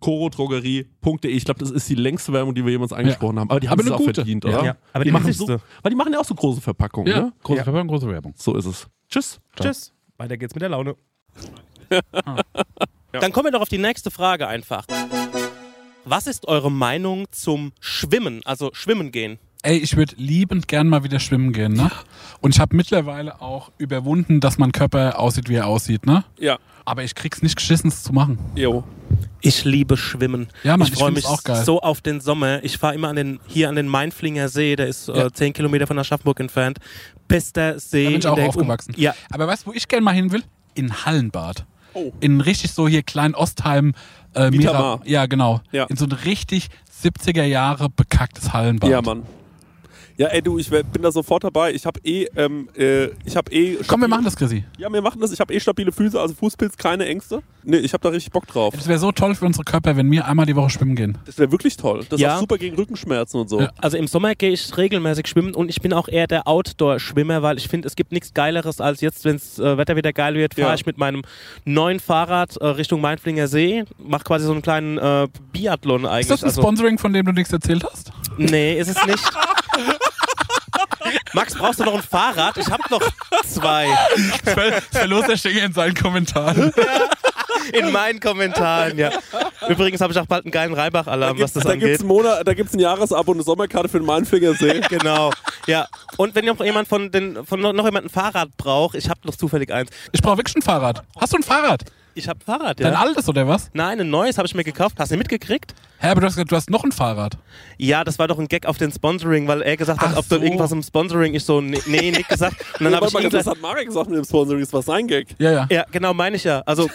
[SPEAKER 2] www.korodrogerie.de. Ich glaube, das ist die längste Werbung, die wir jemals angesprochen haben, aber die haben
[SPEAKER 3] Aber
[SPEAKER 2] es
[SPEAKER 3] eine
[SPEAKER 2] auch
[SPEAKER 3] gute.
[SPEAKER 2] verdient,
[SPEAKER 3] Ja.
[SPEAKER 2] oder?
[SPEAKER 4] Ja, aber die
[SPEAKER 2] machen so,
[SPEAKER 4] wichtigste.
[SPEAKER 2] Weil die machen ja auch so große Verpackungen, ne?
[SPEAKER 3] Große Verpackung, große Werbung.
[SPEAKER 2] So ist es. Tschüss.
[SPEAKER 4] Tschüss. Weiter geht's mit der Laune. Ah. Dann kommen wir doch auf die nächste Frage einfach. Was ist eure Meinung zum Schwimmen, also Schwimmen gehen?
[SPEAKER 3] Ey, ich würde liebend gern mal wieder schwimmen gehen, ne? Und ich habe mittlerweile auch überwunden, dass mein Körper aussieht, wie er aussieht, ne?
[SPEAKER 2] Ja,
[SPEAKER 3] Aber ich krieg's nicht geschissen, es zu machen.
[SPEAKER 2] jo.
[SPEAKER 4] Ich liebe Schwimmen.
[SPEAKER 3] Ja, Mann,
[SPEAKER 4] ich
[SPEAKER 3] ich
[SPEAKER 4] freue mich
[SPEAKER 3] find's auch geil.
[SPEAKER 4] so auf den Sommer. Ich fahre immer an den, hier an den Mainflinger See, der ist
[SPEAKER 3] Ja.
[SPEAKER 4] äh, 10 Kilometer von Aschaffenburg entfernt. Bester See.
[SPEAKER 3] Da bin ich
[SPEAKER 4] in
[SPEAKER 3] auch
[SPEAKER 4] der-
[SPEAKER 3] aufgewachsen.
[SPEAKER 4] Ja,
[SPEAKER 3] Aber weißt du, wo ich gerne mal hin will? In Hallenbad.
[SPEAKER 2] Oh.
[SPEAKER 3] In richtig so hier klein Ostheim. Äh,
[SPEAKER 2] Vita
[SPEAKER 3] Mira-
[SPEAKER 2] Mar.
[SPEAKER 3] Ja, genau.
[SPEAKER 2] Ja.
[SPEAKER 3] In so ein richtig 70er Jahre bekacktes Hallenbad.
[SPEAKER 2] Ja, Mann. Ja, ey, du, ich wär- bin da sofort dabei. Ich habe eh, ähm, äh, ich habe eh...
[SPEAKER 3] Komm, wir machen das, Chrissy.
[SPEAKER 2] Ja, wir machen das. Ich habe eh stabile Füße, also Fußpilz, keine Ängste. Nee, ich habe da richtig Bock drauf.
[SPEAKER 3] Es wäre so toll für unsere Körper, wenn wir einmal die Woche schwimmen gehen.
[SPEAKER 2] Das wäre wirklich toll. Das
[SPEAKER 4] Ja.
[SPEAKER 2] ist auch super gegen Rückenschmerzen und so.
[SPEAKER 3] Ja.
[SPEAKER 4] Also im Sommer gehe ich regelmäßig schwimmen und ich bin auch eher der Outdoor-Schwimmer, weil ich finde, es gibt nichts Geileres als jetzt, wenn das äh, Wetter wieder geil wird, fahre
[SPEAKER 2] Ja.
[SPEAKER 4] ich mit meinem neuen Fahrrad äh, Richtung Mainflinger See, mache quasi so einen kleinen äh, Biathlon eigentlich.
[SPEAKER 3] Ist das ein
[SPEAKER 4] also,
[SPEAKER 3] Sponsoring, von dem du nichts
[SPEAKER 4] <laughs>
[SPEAKER 3] erzählt hast?
[SPEAKER 4] Nee, ist es nicht. Max, brauchst du noch ein Fahrrad? Ich habe noch zwei
[SPEAKER 3] Verloser Stinger in seinen Kommentaren.
[SPEAKER 4] in meinen Kommentaren, ja. Übrigens habe ich auch bald einen geilen Reibach-Alarm, was das
[SPEAKER 2] da
[SPEAKER 4] angeht.
[SPEAKER 2] gibt's einen Monat, da gibt's ein Jahresabo und eine Sommerkarte für den
[SPEAKER 4] <laughs>
[SPEAKER 2] Mainfingersee.
[SPEAKER 4] Genau, ja. Und wenn noch jemand von den, von noch jemand ein Fahrrad braucht, ich habe noch zufällig eins.
[SPEAKER 3] Ich brauche wirklich ein Fahrrad. Hast du ein Fahrrad?
[SPEAKER 4] Ich habe Fahrrad,
[SPEAKER 3] Dein
[SPEAKER 4] ja.
[SPEAKER 3] altes oder was?
[SPEAKER 4] Nein, ein neues habe ich mir gekauft. Hast du nicht mitgekriegt?
[SPEAKER 3] Hä, aber du hast gesagt, du hast noch ein Fahrrad.
[SPEAKER 4] Ja, das war doch ein Gag auf den Sponsoring, weil er gesagt hat,
[SPEAKER 3] Ach
[SPEAKER 4] ob da
[SPEAKER 3] so.
[SPEAKER 4] irgendwas im Sponsoring ist. So, nee, nee nicht gesagt. Und dann habe
[SPEAKER 2] Warte
[SPEAKER 4] ich
[SPEAKER 2] mal,
[SPEAKER 4] ihm
[SPEAKER 2] das
[SPEAKER 4] gesagt,
[SPEAKER 2] hat Marek gesagt mit dem Sponsoring, das war sein Gag.
[SPEAKER 3] Ja, ja.
[SPEAKER 4] ja, genau, meine ich ja. Also,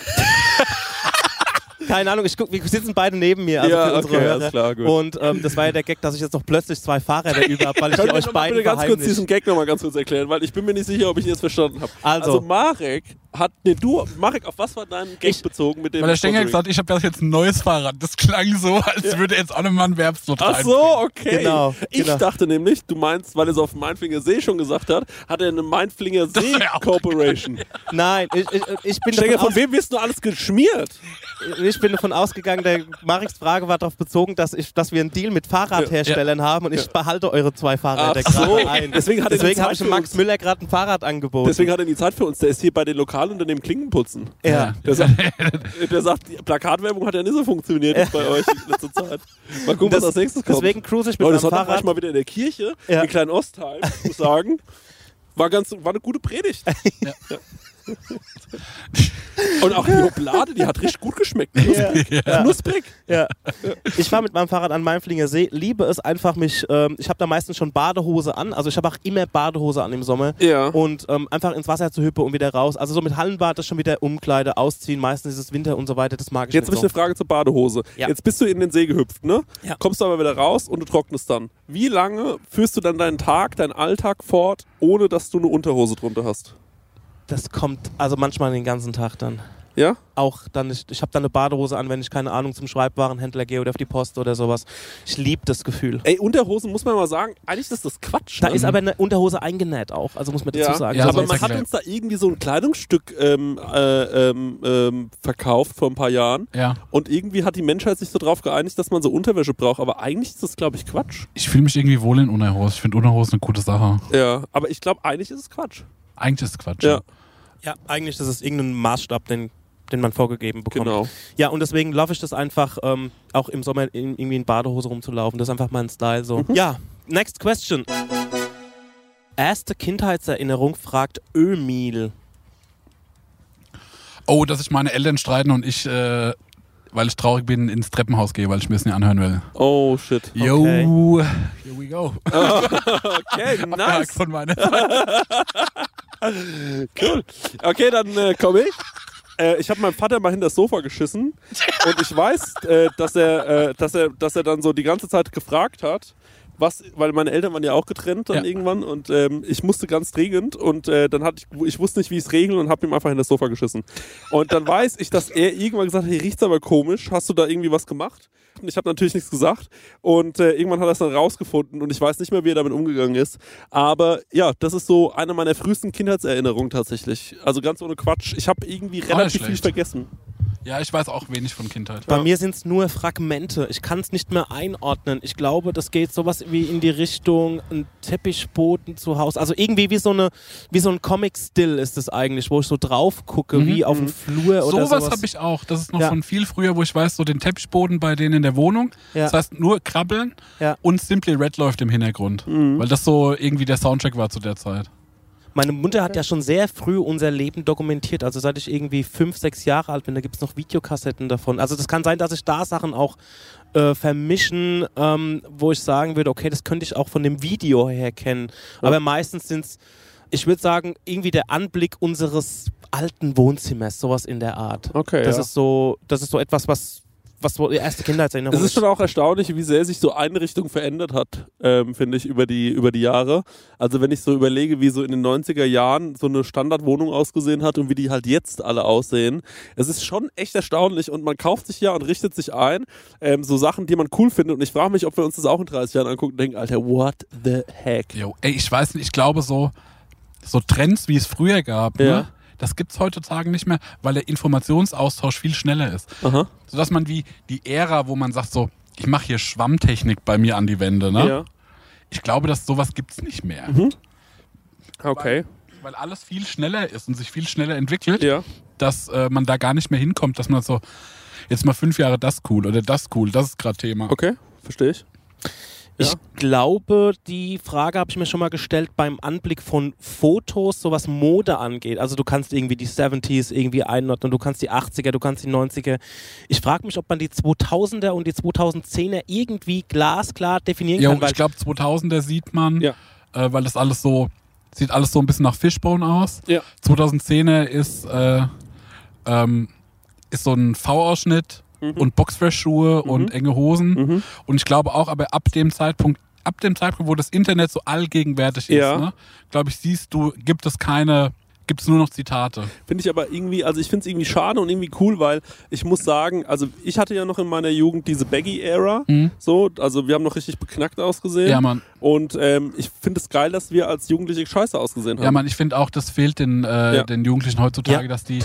[SPEAKER 4] Keine Ahnung, ich guck, wir sitzen beide neben mir. Also
[SPEAKER 1] Ja,
[SPEAKER 4] für unsere
[SPEAKER 1] okay,
[SPEAKER 4] Hörer.
[SPEAKER 1] alles klar, gut.
[SPEAKER 4] Und ähm, das war ja der Gag, dass ich jetzt noch plötzlich zwei Fahrräder über habe, weil ich
[SPEAKER 2] Könnt ihr
[SPEAKER 4] euch
[SPEAKER 2] noch mal
[SPEAKER 4] beiden
[SPEAKER 2] bitte ganz kurz
[SPEAKER 4] verheimliche.
[SPEAKER 2] diesen Gag nochmal ganz kurz erklären, weil ich bin mir nicht sicher, ob ich ihn jetzt verstanden habe.
[SPEAKER 4] Also.
[SPEAKER 2] Marek hat, nee, du, Marek, auf was war dein Gag
[SPEAKER 4] Ich-
[SPEAKER 2] bezogen mit dem
[SPEAKER 3] Weil der Stenger
[SPEAKER 2] Sponsoring?
[SPEAKER 3] gesagt hat, ich habe jetzt ein neues Fahrrad. Das klang so, als würde jetzt auch nochmal ein Werbslot
[SPEAKER 2] Ach
[SPEAKER 3] rein.
[SPEAKER 2] so, okay.
[SPEAKER 4] Genau,
[SPEAKER 2] ich
[SPEAKER 4] genau.
[SPEAKER 2] dachte nämlich, du meinst, weil er es auf Mainflinger See schon gesagt hat, hat er eine Mainflinger See
[SPEAKER 3] wär auch
[SPEAKER 2] Corporation.
[SPEAKER 4] Nein, ich, ich, ich, bin
[SPEAKER 2] Stenger,
[SPEAKER 4] davon
[SPEAKER 2] von
[SPEAKER 4] aus,
[SPEAKER 2] wem wirst du alles geschmiert?
[SPEAKER 4] ich bin davon ausgegangen, der Mareks Frage war darauf bezogen, dass, ich, dass wir einen Deal mit Fahrradherstellern haben und ich behalte eure zwei Fahrräder
[SPEAKER 2] Ach so.
[SPEAKER 4] gerade ein.
[SPEAKER 2] Deswegen hat er die
[SPEAKER 4] Deswegen
[SPEAKER 2] Zeit
[SPEAKER 4] habe ich
[SPEAKER 2] für
[SPEAKER 4] Max
[SPEAKER 2] uns.
[SPEAKER 4] Müller gerade ein Fahrrad angeboten.
[SPEAKER 2] Deswegen hat er die Zeit für uns. Der ist hier bei den Lokalunternehmen Klinkenputzen.
[SPEAKER 4] ja.
[SPEAKER 2] Der
[SPEAKER 4] <laughs>
[SPEAKER 2] sagt, der sagt die Plakatwerbung hat ja nicht so funktioniert jetzt
[SPEAKER 4] <laughs>
[SPEAKER 2] bei euch in letzter Zeit. Mal gucken, was als nächstes kommt.
[SPEAKER 4] Deswegen cruise ich mit
[SPEAKER 2] Leute,
[SPEAKER 4] meinem
[SPEAKER 2] das hat
[SPEAKER 4] Fahrrad.
[SPEAKER 2] ich mal wieder in der Kirche,
[SPEAKER 4] Ja.
[SPEAKER 2] in kleinen Ostheim, muss sagen. War, ganz, war eine gute
[SPEAKER 4] <laughs>
[SPEAKER 2] Predigt. Ja. Und auch die Oblade, die hat richtig gut geschmeckt. Knusprig. Knusprig.
[SPEAKER 4] Ja. <laughs> Ich fahre mit meinem Fahrrad an Mainflinger See, liebe es einfach mich, ähm, ich habe da meistens schon Badehose an, also ich habe auch immer Badehose an im Sommer
[SPEAKER 2] Ja.
[SPEAKER 4] und ähm, einfach ins Wasser zu hüppen und wieder raus. Also so mit Hallenbad ist schon wieder Umkleide, ausziehen, meistens ist es Winter und so weiter, das mag ich
[SPEAKER 2] Jetzt habe ich
[SPEAKER 4] nicht
[SPEAKER 2] eine
[SPEAKER 4] so.
[SPEAKER 2] Frage zur Badehose.
[SPEAKER 4] Ja.
[SPEAKER 2] Jetzt bist du in den See gehüpft, ne?
[SPEAKER 4] Ja.
[SPEAKER 2] Kommst du aber wieder raus und du trocknest dann. Wie lange führst du dann deinen Tag, deinen Alltag fort, ohne dass du eine Unterhose drunter hast?
[SPEAKER 4] Das kommt also manchmal den ganzen Tag dann.
[SPEAKER 2] Ja?
[SPEAKER 4] Auch dann, ich, ich habe dann eine Badehose an, wenn ich keine Ahnung zum Schreibwarenhändler gehe oder auf die Post oder sowas. Ich liebe das Gefühl.
[SPEAKER 2] Ey, Unterhosen muss man mal sagen, eigentlich ist das Quatsch.
[SPEAKER 4] Da
[SPEAKER 2] ne?
[SPEAKER 4] ist aber eine Unterhose eingenäht auch, also muss man dazu
[SPEAKER 2] ja.
[SPEAKER 4] sagen.
[SPEAKER 3] Ja,
[SPEAKER 4] So
[SPEAKER 2] aber
[SPEAKER 3] ist
[SPEAKER 4] ist
[SPEAKER 2] man
[SPEAKER 3] ja
[SPEAKER 2] hat
[SPEAKER 3] klar.
[SPEAKER 2] uns da irgendwie so ein Kleidungsstück ähm, äh, ähm, ähm, verkauft vor ein paar Jahren.
[SPEAKER 3] Ja.
[SPEAKER 2] Und irgendwie hat die Menschheit sich so drauf geeinigt, dass man so Unterwäsche braucht. Aber eigentlich ist das, glaube ich, Quatsch.
[SPEAKER 3] Ich fühle mich irgendwie wohl in Unterhose. Ich finde Unterhose eine gute Sache.
[SPEAKER 2] Ja. Aber ich glaube, eigentlich ist es Quatsch.
[SPEAKER 3] Eigentlich ist es Quatsch.
[SPEAKER 2] Ja,
[SPEAKER 4] Ja, eigentlich ist es irgendein Maßstab, den, den man vorgegeben bekommt.
[SPEAKER 2] genau.
[SPEAKER 4] Ja, und deswegen laufe ich das einfach, ähm, auch im Sommer in, irgendwie in Badehose rumzulaufen. Das ist einfach mein Style so.
[SPEAKER 2] Mhm.
[SPEAKER 4] Ja, next question. Erste Kindheitserinnerung fragt Ömil.
[SPEAKER 3] Oh, dass sich meine Eltern streiten und ich, äh, weil ich traurig bin, ins Treppenhaus gehe, weil ich mir das nicht anhören will.
[SPEAKER 2] Oh, shit.
[SPEAKER 4] Okay.
[SPEAKER 3] Yo, here we <laughs> go. <laughs>
[SPEAKER 2] Okay,
[SPEAKER 3] Tag
[SPEAKER 2] nice.
[SPEAKER 3] Von meiner Seite.
[SPEAKER 2] Cool. Okay, dann äh, komme ich. Äh, ich habe meinem Vater mal hinter das Sofa geschissen und ich weiß, äh, dass, er, äh, dass, er, dass er dann so die ganze Zeit gefragt hat, was, weil meine Eltern waren ja auch getrennt dann
[SPEAKER 3] Ja.
[SPEAKER 2] irgendwann und ähm, ich musste ganz dringend und äh, dann hatte ich, ich wusste nicht, wie ich es regeln und habe ihm einfach hinter das Sofa geschissen. Und dann weiß ich, dass er irgendwann gesagt hat, hier riecht's aber komisch, hast du da irgendwie was gemacht? Und ich habe natürlich nichts gesagt und äh, irgendwann hat er es dann rausgefunden und ich weiß nicht mehr, wie er damit umgegangen ist. Aber ja, das ist so eine meiner frühesten Kindheitserinnerungen tatsächlich. Also ganz ohne Quatsch. Ich habe irgendwie relativ viel
[SPEAKER 3] schlecht.
[SPEAKER 2] vergessen.
[SPEAKER 3] Ja, ich weiß auch wenig von Kindheit.
[SPEAKER 4] Bei mir sind es nur Fragmente. Ich kann es nicht mehr einordnen. Ich glaube, das geht sowas wie in die Richtung ein Teppichboden zu Hause. Also irgendwie wie so, eine, wie so ein Comic-Still ist es eigentlich, wo ich so drauf gucke, wie auf dem Flur oder
[SPEAKER 3] Mhm, Sowas
[SPEAKER 4] sowas.
[SPEAKER 3] habe ich auch. Das ist noch
[SPEAKER 4] Ja.
[SPEAKER 3] von viel früher, wo ich weiß, so den Teppichboden bei denen in der Wohnung.
[SPEAKER 4] Ja.
[SPEAKER 3] Das heißt, nur krabbeln
[SPEAKER 4] Ja. Mhm.
[SPEAKER 3] und Simply Red läuft im Hintergrund. Weil das so irgendwie der Soundtrack war zu der Zeit.
[SPEAKER 4] Meine Mutter hat ja schon sehr früh unser Leben dokumentiert. Also seit ich irgendwie fünf, sechs Jahre alt bin, da gibt es noch Videokassetten davon. Also das kann sein, dass ich da Sachen auch äh, vermischen, ähm, wo ich sagen würde, okay, das könnte ich auch von dem Video her kennen. Aber meistens sind es, ich würde sagen, irgendwie der Anblick unseres alten Wohnzimmers, sowas in der Art.
[SPEAKER 2] Okay,
[SPEAKER 4] Das
[SPEAKER 2] ja.
[SPEAKER 4] ist so, das ist so etwas, was, was so die erste Kindheitserinnerung
[SPEAKER 2] Es ist schon auch erstaunlich, wie sehr sich so Einrichtung verändert hat, ähm, finde ich, über die, über die Jahre. Also wenn ich so überlege, wie so in den 90er Jahren so eine Standardwohnung ausgesehen hat und wie die halt jetzt alle aussehen. Es ist schon echt erstaunlich und man kauft sich ja und richtet sich ein, ähm, so Sachen, die man cool findet. Und ich frage mich, ob wir uns das auch in 30 Jahren angucken und denken, Alter, what the heck?
[SPEAKER 3] Jo, ey, ich weiß nicht, ich glaube so, so Trends, wie es früher gab,
[SPEAKER 2] Ja.
[SPEAKER 3] ne, das gibt's heutzutage nicht mehr, weil der Informationsaustausch viel schneller ist.
[SPEAKER 2] Aha.
[SPEAKER 3] Sodass man wie die Ära, wo man sagt so, ich mache hier Schwammtechnik bei mir an die Wände, ne?
[SPEAKER 2] Ja.
[SPEAKER 3] Ich glaube, dass sowas gibt's nicht mehr.
[SPEAKER 4] Mhm.
[SPEAKER 2] Okay.
[SPEAKER 3] Weil alles viel schneller ist und sich viel schneller entwickelt,
[SPEAKER 2] Ja.
[SPEAKER 3] dass äh, man da gar nicht mehr hinkommt, dass man so, jetzt mal fünf Jahre das cool oder das cool, das ist gerade Thema.
[SPEAKER 2] Okay, verstehe ich.
[SPEAKER 4] Ich
[SPEAKER 2] Ja.
[SPEAKER 4] glaube, die Frage habe ich mir schon mal gestellt beim Anblick von Fotos, so was Mode angeht. Also du kannst irgendwie die 70s irgendwie einordnen, du kannst die 80er, du kannst die 90er. Ich frage mich, ob man die 2000er und die 2010er irgendwie glasklar definieren
[SPEAKER 3] Ja,
[SPEAKER 4] kann, weil
[SPEAKER 3] ich glaube 2000er sieht man,
[SPEAKER 2] Ja.
[SPEAKER 3] äh, weil das alles so, sieht alles so ein bisschen nach Fishbone aus.
[SPEAKER 2] Ja.
[SPEAKER 3] 2010er ist, äh, ähm, ist so ein V-Ausschnitt
[SPEAKER 2] Mhm.
[SPEAKER 3] und Boxfresh-Schuhe und enge Hosen. Und ich glaube auch, aber ab dem Zeitpunkt, ab dem Zeitpunkt, wo das Internet so allgegenwärtig ist,
[SPEAKER 2] Ja.
[SPEAKER 3] ne, glaube ich, siehst du, gibt es keine, gibt es nur noch Zitate.
[SPEAKER 2] Finde ich aber irgendwie, also ich finde es irgendwie schade und irgendwie cool, weil ich muss sagen, also ich hatte ja noch in meiner Jugend diese Baggy-Ära, so, also wir haben noch richtig beknackt ausgesehen.
[SPEAKER 3] Mhm. Ja, Mann.
[SPEAKER 2] Und ähm, ich finde es geil, dass wir als Jugendliche scheiße ausgesehen haben.
[SPEAKER 3] Ja, man, ich finde auch, das fehlt den, äh,
[SPEAKER 2] Ja. Ah,
[SPEAKER 3] den Jugendlichen heutzutage,
[SPEAKER 4] Ja.
[SPEAKER 3] dass die,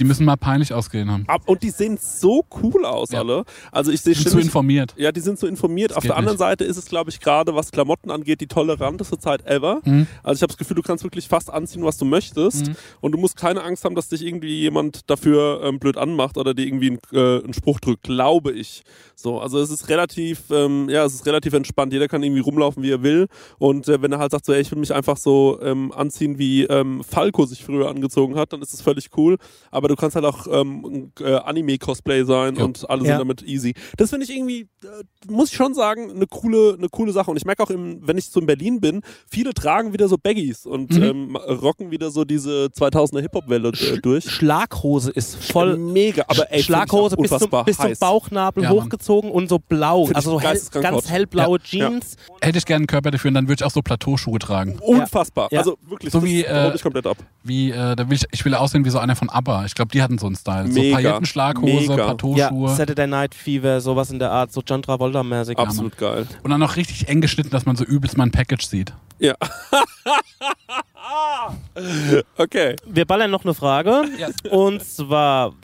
[SPEAKER 3] die müssen mal peinlich ausgehen haben.
[SPEAKER 2] Ab, und die sehen so cool aus,
[SPEAKER 3] Ja.
[SPEAKER 2] alle. Also ich sehe
[SPEAKER 3] Die sind zu
[SPEAKER 2] ständig-
[SPEAKER 3] informiert.
[SPEAKER 2] Ja, die sind so informiert. Auf
[SPEAKER 3] geht
[SPEAKER 2] der anderen
[SPEAKER 3] nicht.
[SPEAKER 2] Seite ist es, glaube ich, gerade was Klamotten angeht, die toleranteste Zeit ever.
[SPEAKER 3] Mhm.
[SPEAKER 2] Also ich habe das Gefühl, du kannst wirklich fast anziehen, was du möchtest. Und du musst keine Angst haben, dass dich irgendwie jemand dafür ähm, blöd anmacht oder dir irgendwie einen, äh, einen Spruch drückt, glaube ich. So, also es ist relativ, ähm, ja, es ist relativ entspannt. Jeder kann irgendwie rumlaufen, wie er will. Und äh, wenn er halt sagt, so, ey, ich will mich einfach so ähm, anziehen, wie ähm, Falco sich früher angezogen hat, dann ist es völlig cool. Aber du kannst halt auch ähm, äh, Anime-Cosplay sein
[SPEAKER 3] Ja.
[SPEAKER 2] und alle
[SPEAKER 4] Ja.
[SPEAKER 2] sind damit easy. Das finde ich irgendwie, äh, muss ich schon sagen, eine coole, eine coole Sache. Und ich merke auch, im, wenn ich so in Berlin bin, viele tragen wieder so Baggies und
[SPEAKER 4] Mhm.
[SPEAKER 2] ähm, rocken wieder so diese 2000er Hip-Hop-Welle äh, durch. Äh,
[SPEAKER 4] Schlaghose ist voll
[SPEAKER 2] Mega, aber ey,
[SPEAKER 4] Schlaghose bis zum, bis zum
[SPEAKER 2] Bauch.
[SPEAKER 4] Bauchnabel
[SPEAKER 3] Ja, Mann.
[SPEAKER 4] hochgezogen und so blau.
[SPEAKER 2] Find ich
[SPEAKER 4] also so hell,
[SPEAKER 2] geisteskrank
[SPEAKER 4] ganz
[SPEAKER 2] hot.
[SPEAKER 4] hellblaue
[SPEAKER 2] Ja.
[SPEAKER 4] Jeans.
[SPEAKER 3] Hätte ich gerne einen Körper dafür und dann würde ich auch so Plateauschuhe tragen.
[SPEAKER 2] Unfassbar.
[SPEAKER 4] Ja.
[SPEAKER 2] Also wirklich,
[SPEAKER 3] So wie,
[SPEAKER 2] das hol
[SPEAKER 3] äh,
[SPEAKER 2] ich komplett ab.
[SPEAKER 3] Wie, äh, da will ich, ich will aussehen wie so einer von ABBA. Ich glaube, die hatten so einen Style. So
[SPEAKER 2] Mega.
[SPEAKER 3] Paillettenschlaghose,
[SPEAKER 2] Mega.
[SPEAKER 4] Ja,
[SPEAKER 3] Plateauschuhe.
[SPEAKER 4] Saturday Night Fever, sowas in der Art, so John Travolta-mäßig.
[SPEAKER 2] Absolut geil.
[SPEAKER 3] und dann noch richtig eng geschnitten, dass man so übelst mal ein Package sieht. <laughs>
[SPEAKER 2] Ja. <laughs> okay.
[SPEAKER 4] Wir ballern noch eine Frage. Und zwar.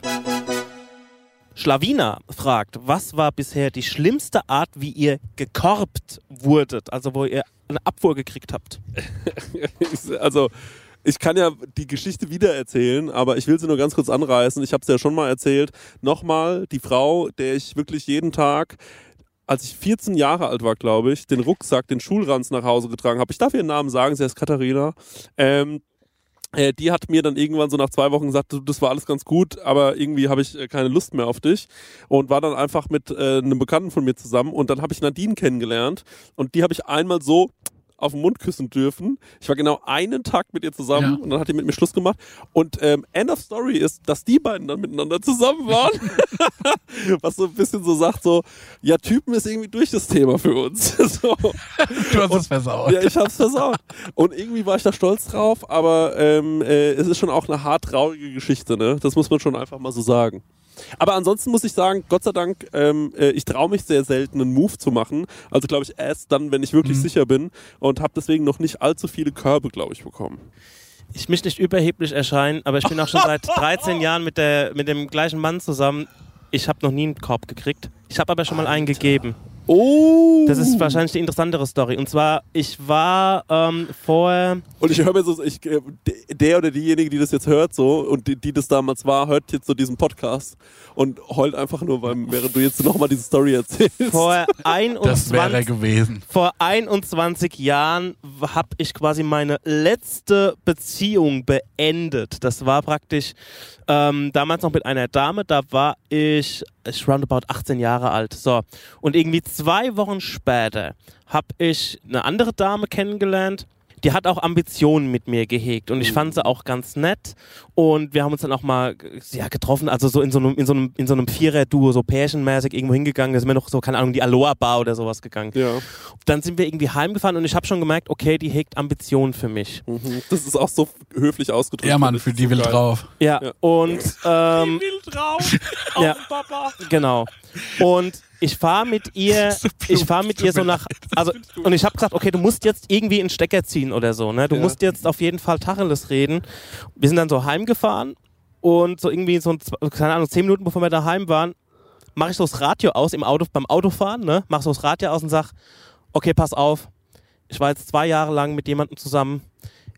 [SPEAKER 4] Schlawina fragt, was war bisher die schlimmste Art, wie ihr gekorbt wurdet? Also, wo ihr eine Abfuhr gekriegt habt.
[SPEAKER 2] Ich, also, ich kann ja die Geschichte wieder erzählen, aber ich will sie nur ganz kurz anreißen. Ich habe es ja schon mal erzählt. Nochmal, die Frau, der ich wirklich jeden Tag, als ich 14 Jahre alt war, glaube ich, den Rucksack, den Schulranz nach Hause getragen habe. Ich darf ihren Namen sagen, sie heißt Katharina. Ähm, äh, die hat mir dann irgendwann so nach zwei Wochen gesagt, du, das war alles ganz gut, aber irgendwie habe ich äh, keine Lust mehr auf dich und war dann einfach mit äh, einem Bekannten von mir zusammen und dann habe ich Nadine kennengelernt und die habe ich einmal so auf den Mund küssen dürfen. Ich war genau einen Tag mit ihr zusammen
[SPEAKER 3] Ja.
[SPEAKER 2] und dann hat die mit mir Schluss gemacht. Und ähm, End of Story ist, dass die beiden dann miteinander zusammen waren. <laughs> Was so ein bisschen so sagt, so, ja, Typen ist irgendwie durch das Thema für uns. <laughs> so.
[SPEAKER 3] Du hast es versaut.
[SPEAKER 2] Ja, ich hab's versaut. Und irgendwie war ich da stolz drauf, aber ähm, äh, es ist schon auch eine hart traurige Geschichte, ne? Das muss man schon einfach mal so sagen. Aber ansonsten muss ich sagen, Gott sei Dank, ähm, äh, ich traue mich sehr selten, einen Move zu machen. Also glaube ich erst dann, wenn ich wirklich sicher bin und habe deswegen noch nicht allzu viele Körbe, glaube ich, bekommen.
[SPEAKER 4] Ich mich nicht überheblich erscheinen, aber ich bin auch schon <laughs> seit 13 Jahren mit, der, mit dem gleichen Mann zusammen. Ich habe noch nie einen Korb gekriegt. Ich habe aber schon mal einen gegeben.
[SPEAKER 2] Oh!
[SPEAKER 4] Das ist wahrscheinlich die interessantere Story. Und zwar, ich war ähm, vor.
[SPEAKER 2] Und ich höre mir so, ich, äh, de- der oder diejenige, die das jetzt hört so und die, die das damals war, hört jetzt so diesen Podcast und heult einfach nur, weil, während du jetzt nochmal diese Story erzählst.
[SPEAKER 4] Vor
[SPEAKER 3] Das wäre
[SPEAKER 4] 21,
[SPEAKER 3] gewesen.
[SPEAKER 4] vor 21 Jahren habe ich quasi meine letzte Beziehung beendet. Das war praktisch ähm, damals noch mit einer Dame. Da war ich, ich roundabout 18 Jahre alt. So. Und irgendwie zwei Wochen später habe ich eine andere Dame kennengelernt. Die hat auch Ambitionen mit mir gehegt und ich fand sie auch ganz nett. Und wir haben uns dann auch mal ja, getroffen, also so in so einem, in so einem, in so einem Vierer-Duo, so pärchenmäßig irgendwo hingegangen. Da sind wir noch so, keine Ahnung, die Aloha-Bar oder sowas gegangen
[SPEAKER 2] Ja,
[SPEAKER 4] dann sind wir irgendwie heimgefahren und ich habe schon gemerkt, okay, die hegt Ambitionen für mich.
[SPEAKER 2] mhm. das ist auch so höflich ausgedrückt.
[SPEAKER 3] Ja, Mann, für die will drauf.
[SPEAKER 4] Ja,
[SPEAKER 2] Ja.
[SPEAKER 4] und ähm, <laughs> ja, genau. Und ich fahre mit
[SPEAKER 2] <laughs>
[SPEAKER 4] ihr, ich fahre mit ihr so nach, also und ich habe gesagt, okay, du musst jetzt irgendwie einen Stecker ziehen oder so, ne? Du
[SPEAKER 2] Ja.
[SPEAKER 4] musst jetzt auf jeden Fall Tacheles reden. Wir sind dann so heimgefahren und so irgendwie so ein, zw- keine Ahnung, zehn Minuten bevor wir daheim waren, mache ich so das Radio aus im Auto beim Autofahren, ne? Mach so das Radio aus und sag, okay, pass auf, ich war jetzt zwei Jahre lang mit jemandem zusammen.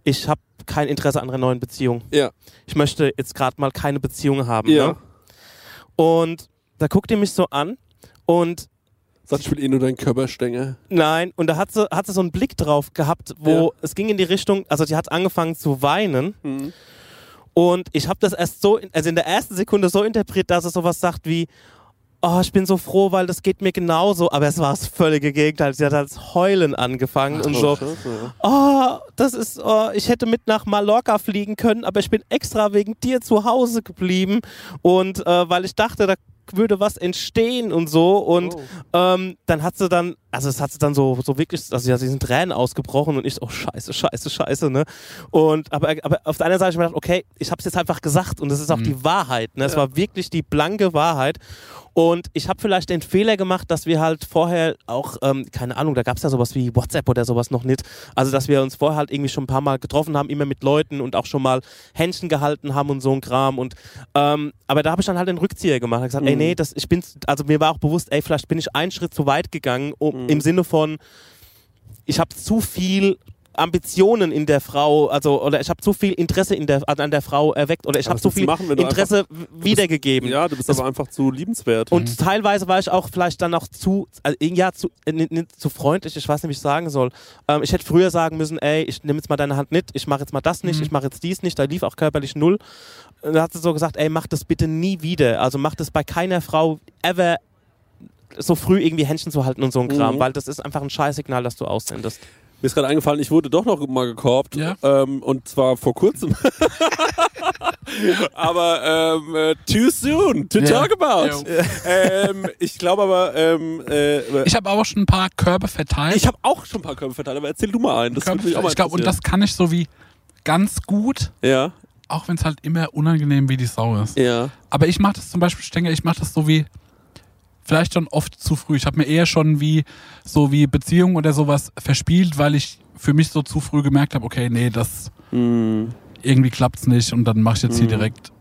[SPEAKER 4] Ich habe kein Interesse an einer neuen Beziehung.
[SPEAKER 2] Ja.
[SPEAKER 4] Ich möchte jetzt gerade mal keine Beziehung haben. Ne?
[SPEAKER 2] Ja.
[SPEAKER 4] Und da guckt ihr mich so an und
[SPEAKER 2] Sag, ich will eh nur deinen Körperstänger.
[SPEAKER 4] nein, und da hat sie, hat sie so einen Blick drauf gehabt, wo es ging in die Richtung, also die hat angefangen zu weinen. Und ich habe das erst so, in- also in der ersten Sekunde so interpretiert, dass es sowas sagt wie, oh, ich bin so froh, weil das geht mir genauso. Aber es war das völlige Gegenteil. Sie hat als Heulen angefangen und so. oh, das ist, oh, ich hätte mit nach Mallorca fliegen können, aber ich bin extra wegen dir zu Hause geblieben und äh, weil ich dachte, da würde was entstehen und so. Und
[SPEAKER 2] Oh.
[SPEAKER 4] ähm, dann hat sie dann, also es hat sie dann so, so wirklich, also sie hat diesen Tränen ausgebrochen und ich so, oh scheiße, scheiße, scheiße, ne? Und aber, aber auf der anderen Seite habe ich mir gedacht, okay, ich habe es jetzt einfach gesagt und das ist auch die Wahrheit. Ne? Es war wirklich die blanke Wahrheit. Und ich habe vielleicht den Fehler gemacht, dass wir halt vorher auch, ähm, keine Ahnung, da gab es ja sowas wie WhatsApp oder sowas noch nicht. Also, dass wir uns vorher halt irgendwie schon ein paar Mal getroffen haben, immer mit Leuten und auch schon mal Händchen gehalten haben und so ein Kram. Und, ähm, aber da habe ich dann halt den Rückzieher gemacht. Ich gesagt, ey, nee, das, ich bin, also mir war auch bewusst, ey, vielleicht bin ich einen Schritt zu weit gegangen, um, im Sinne von, ich habe zu viel Ambitionen in der Frau, also oder ich habe zu viel Interesse in der, an der Frau erweckt oder ich habe
[SPEAKER 2] was
[SPEAKER 4] zu
[SPEAKER 2] willst du
[SPEAKER 4] viel
[SPEAKER 2] machen, wenn du
[SPEAKER 4] Interesse wiedergegeben.
[SPEAKER 2] Ja, du bist
[SPEAKER 4] Das-
[SPEAKER 2] aber einfach zu liebenswert.
[SPEAKER 4] Und teilweise war ich auch vielleicht dann auch zu, also, ja, zu, äh, nicht, nicht zu freundlich, ich weiß nicht, wie ich sagen soll. Ähm, ich hätte früher sagen müssen, ey, ich nehme jetzt mal deine Hand mit, ich mache jetzt mal das nicht, ich mache jetzt dies nicht, da lief auch körperlich null. Und da hat sie so gesagt, ey, mach das bitte nie wieder. Also mach das bei keiner Frau ever so früh irgendwie Händchen zu halten und so ein
[SPEAKER 2] Mhm.
[SPEAKER 4] Kram, weil das ist einfach ein Scheißsignal, das du aussendest.
[SPEAKER 2] Mir ist gerade eingefallen, ich wurde doch noch mal gekorbt.
[SPEAKER 3] Ja.
[SPEAKER 2] Ähm, und zwar vor
[SPEAKER 3] <laughs>
[SPEAKER 2] kurzem. aber ähm, äh, too soon to
[SPEAKER 3] Ja.
[SPEAKER 2] talk about. ähm, ich glaube aber, ähm, äh,
[SPEAKER 3] Ich habe aber schon ein paar Körbe verteilt.
[SPEAKER 2] ich habe auch schon ein paar Körbe verteilt, aber erzähl du mal einen. Das würde
[SPEAKER 3] Körbe
[SPEAKER 2] mich auch
[SPEAKER 3] verteilt.
[SPEAKER 2] mal
[SPEAKER 3] ich glaube, und das
[SPEAKER 2] interessieren.
[SPEAKER 3] kann ich so wie ganz gut,
[SPEAKER 2] Ja,
[SPEAKER 3] auch wenn es halt immer unangenehm wie die Sau ist.
[SPEAKER 2] ja.
[SPEAKER 3] Aber ich mache das zum Beispiel, ich denke, ich mache das so wie vielleicht schon oft zu früh. Ich habe mir eher schon wie so wie Beziehungen oder sowas verspielt, weil ich für mich so zu früh gemerkt habe, okay, nee, das
[SPEAKER 2] Mhm.
[SPEAKER 3] irgendwie klappt's nicht und dann mache ich jetzt hier direkt.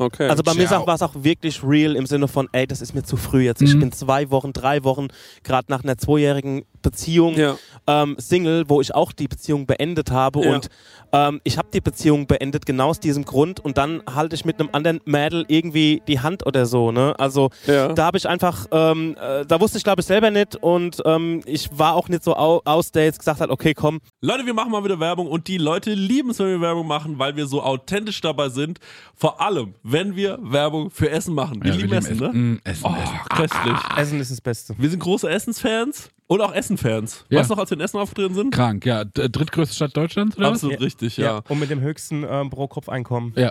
[SPEAKER 2] Okay.
[SPEAKER 4] Also bei mir
[SPEAKER 3] Ciao.
[SPEAKER 4] war es auch wirklich real im Sinne von, ey, das ist mir zu früh jetzt. Ich
[SPEAKER 3] Mhm.
[SPEAKER 4] bin zwei Wochen, drei Wochen, gerade nach einer zweijährigen Beziehung,
[SPEAKER 2] Ja.
[SPEAKER 4] ähm, Single, wo ich auch die Beziehung beendet habe.
[SPEAKER 2] Ja.
[SPEAKER 4] Und ähm, ich habe die Beziehung beendet, genau aus diesem Grund. Und dann halte ich mit einem anderen Mädel irgendwie die Hand oder so. Ne? Also
[SPEAKER 2] Ja.
[SPEAKER 4] da habe ich einfach, ähm, äh, da wusste ich glaube ich selber nicht. Und ähm, ich war auch nicht so au aus, der jetzt gesagt hat, okay, komm,
[SPEAKER 2] Leute, wir machen mal wieder Werbung und die Leute lieben es, wenn wir Werbung machen, weil wir so authentisch dabei sind. Vor allem, wenn wir Werbung für Essen machen. Wir
[SPEAKER 3] Ja,
[SPEAKER 2] lieben Essen, ne?
[SPEAKER 3] Mm, Essen,
[SPEAKER 2] Oh,
[SPEAKER 3] Essen.
[SPEAKER 2] köstlich.
[SPEAKER 4] Essen ist das Beste.
[SPEAKER 2] Wir sind große Essensfans und auch Essen-Fans.
[SPEAKER 3] Ja.
[SPEAKER 2] Weißt du noch, als wir in Essen aufgetreten sind?
[SPEAKER 3] Krank, ja. D- Drittgrößte Stadt Deutschlands, oder? was?
[SPEAKER 2] Absolut richtig, ja.
[SPEAKER 4] Und mit dem höchsten ähm, Pro-Kopf-Einkommen.
[SPEAKER 3] Ja.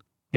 [SPEAKER 4] Oh.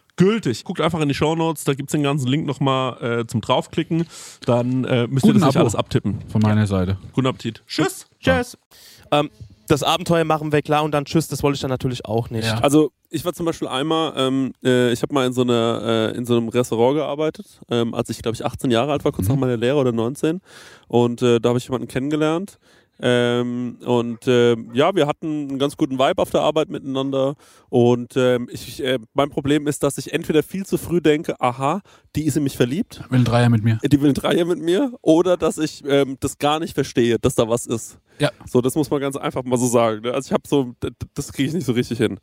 [SPEAKER 2] gültig. Guckt einfach in die Shownotes, da gibt's den ganzen Link nochmal äh, zum draufklicken. Dann äh, müsst ihr
[SPEAKER 3] Guten
[SPEAKER 2] das nicht
[SPEAKER 3] Abo.
[SPEAKER 2] alles abtippen.
[SPEAKER 3] Von meiner Seite.
[SPEAKER 2] Guten Appetit. Tschüss.
[SPEAKER 4] Tschüss. Ähm, das Abenteuer machen wir klar und dann tschüss, das wollte ich dann natürlich auch nicht.
[SPEAKER 3] Ja.
[SPEAKER 2] Also ich war zum Beispiel einmal, ähm, äh, ich habe mal in so, einer, äh, in so einem Restaurant gearbeitet, ähm, als ich glaube ich 18 Jahre alt war, kurz nach meiner Lehre oder 19. Und äh, da habe ich jemanden kennengelernt. Ähm, und ähm, ja, wir hatten einen ganz guten Vibe auf der Arbeit miteinander. Und ähm, ich, äh, mein Problem ist, dass ich entweder viel zu früh denke, aha, die ist in mich verliebt,
[SPEAKER 3] Will ein Dreier mit mir.
[SPEAKER 2] die will ein Dreier mit mir, oder dass ich ähm, das gar nicht verstehe, dass da was ist.
[SPEAKER 3] Ja.
[SPEAKER 2] So, das muss man ganz einfach mal so sagen. Ne? Also ich habe so, d- d- das kriege ich nicht so richtig hin.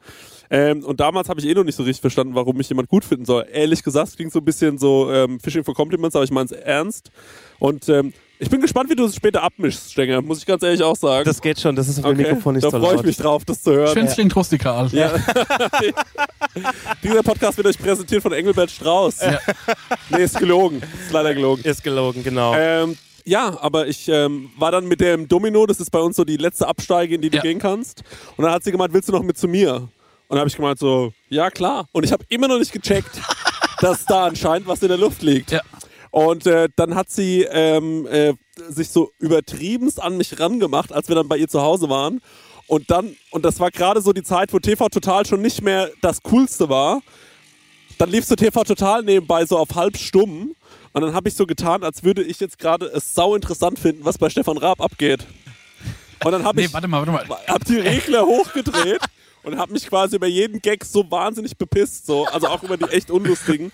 [SPEAKER 2] Ähm, und damals habe ich eh noch nicht so richtig verstanden, warum mich jemand gut finden soll. Ehrlich gesagt, es klingt so ein bisschen so ähm, Fishing for Compliments, aber ich meine es ernst. Und ähm, ich bin gespannt, wie du es später abmischst, Stenger, muss ich ganz ehrlich auch sagen.
[SPEAKER 4] Das geht schon, das ist auf dem Mikrofon nicht
[SPEAKER 2] da
[SPEAKER 4] so
[SPEAKER 2] freue ich
[SPEAKER 4] laut.
[SPEAKER 2] mich drauf, das zu hören.
[SPEAKER 3] Ich finde es klingt rustikal. Ja.
[SPEAKER 2] <laughs> Dieser Podcast wird euch präsentiert von Engelbert Strauß. Nee, ist gelogen. Ist leider gelogen.
[SPEAKER 4] Ist gelogen, genau.
[SPEAKER 2] Ähm, ja, aber ich ähm, war dann mit dem Domino, das ist bei uns so die letzte Absteige, in die du
[SPEAKER 3] Ja.
[SPEAKER 2] gehen kannst. Und dann hat sie gemeint, willst du noch mit zu mir? Und dann habe ich gemeint so, ja klar. Und ich habe immer noch nicht gecheckt, dass da anscheinend was in der Luft liegt.
[SPEAKER 3] Ja.
[SPEAKER 2] Und äh, dann hat sie ähm, äh, sich so übertriebenst an mich rangemacht, als wir dann bei ihr zu Hause waren. Und dann, und das war gerade so die Zeit, wo TV Total schon nicht mehr das Coolste war. Dann liefst du TV Total nebenbei so auf halb stumm. Und dann habe ich so getan, als würde ich jetzt gerade es sau interessant finden, was bei Stefan Raab abgeht. Und dann habe
[SPEAKER 3] Nee,
[SPEAKER 2] ich
[SPEAKER 3] warte mal, warte mal.
[SPEAKER 2] hab die Regler hochgedreht und hab mich quasi über jeden Gag so wahnsinnig bepisst, so. Also auch über die echt unlustigen.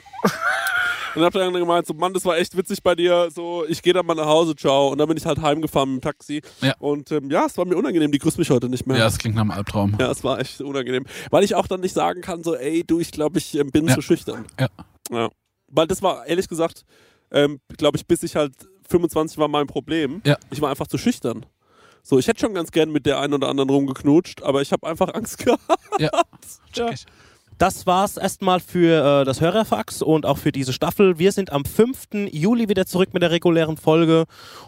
[SPEAKER 2] Und hab dann gemeint, so, Mann, das war echt witzig bei dir, so, ich gehe dann mal nach Hause, ciao. Und dann bin ich halt heimgefahren mit dem Taxi.
[SPEAKER 3] Ja.
[SPEAKER 2] Und ähm, ja, es war mir unangenehm, die grüßt mich heute nicht mehr.
[SPEAKER 3] Ja, es klingt nach einem Albtraum.
[SPEAKER 2] <laughs> Ja, es war echt unangenehm. Weil ich auch dann nicht sagen kann, so, ey, du, ich glaube, ich ähm, bin
[SPEAKER 3] Ja.
[SPEAKER 2] zu schüchtern.
[SPEAKER 3] Ja.
[SPEAKER 2] ja. Weil das war, ehrlich gesagt, ähm, glaube ich, bis ich halt 25 war mein Problem.
[SPEAKER 3] Ja.
[SPEAKER 2] Ich war einfach zu schüchtern. So, ich hätte schon ganz gern mit der einen oder anderen rumgeknutscht, aber ich habe einfach Angst <laughs> gehabt.
[SPEAKER 3] Ja.
[SPEAKER 2] Ja.
[SPEAKER 3] ich.
[SPEAKER 4] Das war's erstmal für äh, das Hörerfax und auch für diese Staffel. Wir sind am 5. Juli wieder zurück mit der regulären Folge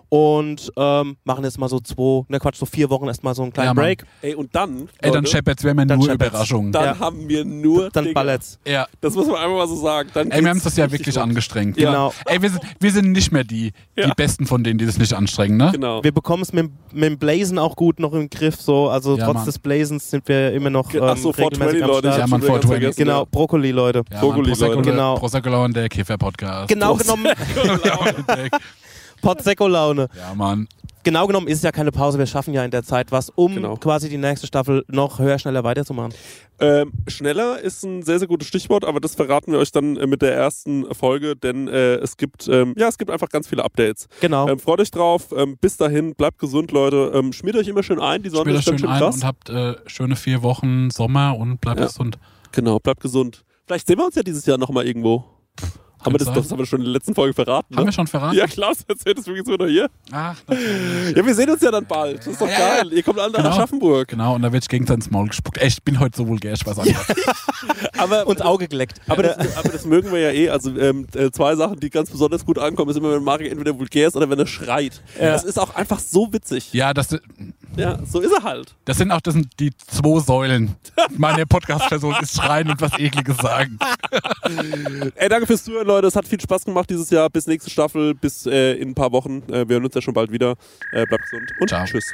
[SPEAKER 4] und ähm, machen jetzt mal so zwei, ne Quatsch, so vier Wochen erstmal so einen kleinen
[SPEAKER 3] Ja, Mann.
[SPEAKER 4] Break.
[SPEAKER 2] Ey, und dann,
[SPEAKER 3] Ey, dann
[SPEAKER 2] Leute,
[SPEAKER 3] Shepherds, wir haben ja
[SPEAKER 4] Dann
[SPEAKER 3] nur
[SPEAKER 4] Shepherds.
[SPEAKER 3] Überraschungen.
[SPEAKER 2] dann
[SPEAKER 4] Ja.
[SPEAKER 2] haben wir nur
[SPEAKER 4] Dann
[SPEAKER 2] Dinge.
[SPEAKER 4] Ballett's.
[SPEAKER 3] ja.
[SPEAKER 2] Das muss man einfach mal so sagen. Dann
[SPEAKER 3] Ey, wir
[SPEAKER 2] geht's
[SPEAKER 3] haben das ja
[SPEAKER 2] richtig
[SPEAKER 3] wirklich
[SPEAKER 2] rund.
[SPEAKER 3] angestrengt.
[SPEAKER 2] Ja.
[SPEAKER 4] Genau.
[SPEAKER 3] Ey, wir sind, wir sind nicht mehr die,
[SPEAKER 2] Ja.
[SPEAKER 3] die Besten von denen, die das nicht anstrengen, ne?
[SPEAKER 2] Genau.
[SPEAKER 4] Wir bekommen es mit, mit dem Blazen auch gut noch im Griff. So. Also
[SPEAKER 3] Ja,
[SPEAKER 4] trotz
[SPEAKER 3] Mann.
[SPEAKER 4] des Blazens sind wir immer noch ähm,
[SPEAKER 2] Ach so, 420,
[SPEAKER 4] regelmäßig am
[SPEAKER 2] Leute. ich
[SPEAKER 4] Start.
[SPEAKER 3] Ja,
[SPEAKER 2] hab
[SPEAKER 3] Mann,
[SPEAKER 2] schon wieder ganz
[SPEAKER 3] 420.
[SPEAKER 2] vergessen,
[SPEAKER 4] Genau, Brokkoli, Leute.
[SPEAKER 3] Ja,
[SPEAKER 2] Brokkoli,
[SPEAKER 3] Mann, Prosecco,
[SPEAKER 2] Leute.
[SPEAKER 4] Genau.
[SPEAKER 3] Prosecco und der Käfer-Podcast.
[SPEAKER 4] Genau genommen, <laughs> Potsecco-Laune.
[SPEAKER 3] Ja, Mann.
[SPEAKER 4] Genau genommen ist es ja keine Pause. Wir schaffen ja in der Zeit was, um
[SPEAKER 2] Genau.
[SPEAKER 4] quasi die nächste Staffel noch höher, schneller weiterzumachen.
[SPEAKER 2] Ähm, schneller ist ein sehr, sehr gutes Stichwort, aber das verraten wir euch dann äh, mit der ersten Folge, denn äh, es gibt, ähm, ja, es gibt einfach ganz viele Updates.
[SPEAKER 4] Genau.
[SPEAKER 2] Ähm, freut euch drauf, ähm, bis dahin, bleibt gesund, Leute. Ähm, schmiert euch immer schön ein, die Sonne
[SPEAKER 3] Spielt
[SPEAKER 2] ist
[SPEAKER 3] euch
[SPEAKER 2] ganz
[SPEAKER 3] schön
[SPEAKER 2] schön
[SPEAKER 3] ein
[SPEAKER 2] krass.
[SPEAKER 3] und habt äh, schöne vier Wochen Sommer und bleibt
[SPEAKER 2] Ja.
[SPEAKER 3] gesund.
[SPEAKER 2] Genau, bleibt gesund. Vielleicht sehen wir uns ja dieses Jahr nochmal irgendwo. Haben wir das,
[SPEAKER 3] sein.
[SPEAKER 2] doch, das haben wir schon in der letzten Folge verraten.
[SPEAKER 3] Haben
[SPEAKER 2] ne?
[SPEAKER 3] wir schon verraten?
[SPEAKER 2] ja, Klaus, erzählt es übrigens wieder hier.
[SPEAKER 3] Ach, na,
[SPEAKER 2] Ja, wir sehen uns ja dann bald. Das ist doch
[SPEAKER 3] Ja, ja,
[SPEAKER 2] geil. Ihr kommt alle nach
[SPEAKER 3] Genau.
[SPEAKER 2] Aschaffenburg.
[SPEAKER 3] genau, und da wird ich gegen ins Maul gespuckt. Ey, ich bin heute so vulgär, ich weiß auch nicht.
[SPEAKER 4] Aber
[SPEAKER 6] äh,
[SPEAKER 4] uns Auge geleckt. Äh,
[SPEAKER 2] Aber das, aber das mögen wir ja eh. Also ähm, äh, zwei Sachen, die ganz besonders gut ankommen, ist immer, wenn Mario entweder vulgär ist oder wenn er schreit. Das ist auch einfach so witzig.
[SPEAKER 3] Ja, das,
[SPEAKER 2] Ja, so ist er halt.
[SPEAKER 3] das sind auch das sind die
[SPEAKER 2] <laughs>
[SPEAKER 3] zwei Säulen. Meine Podcast-Person ist schreien und was Ekliges sagen.
[SPEAKER 2] Ey, danke fürs Zuhören, Leute. Es hat viel Spaß gemacht dieses Jahr. Bis nächste Staffel, bis äh, in ein paar Wochen. Äh, wir hören uns ja schon bald wieder. Äh, bleibt gesund und
[SPEAKER 3] Ciao.
[SPEAKER 2] tschüss.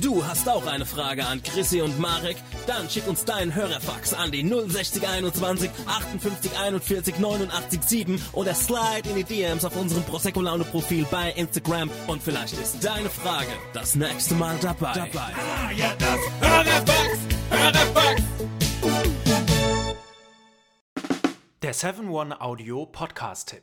[SPEAKER 6] Du hast auch eine Frage an Chrissy und Marek? Dann schick uns deinen Hörerfax an die 06021 58 41 89 7 oder slide in die DMs auf unserem Prosecco Laune Profil bei Instagram und vielleicht ist deine Frage das nächste Mal dabei. dabei.
[SPEAKER 7] Ja, das Hörerfax, Hörerfax.
[SPEAKER 8] Der 7-One-Audio-Podcast-Tipp.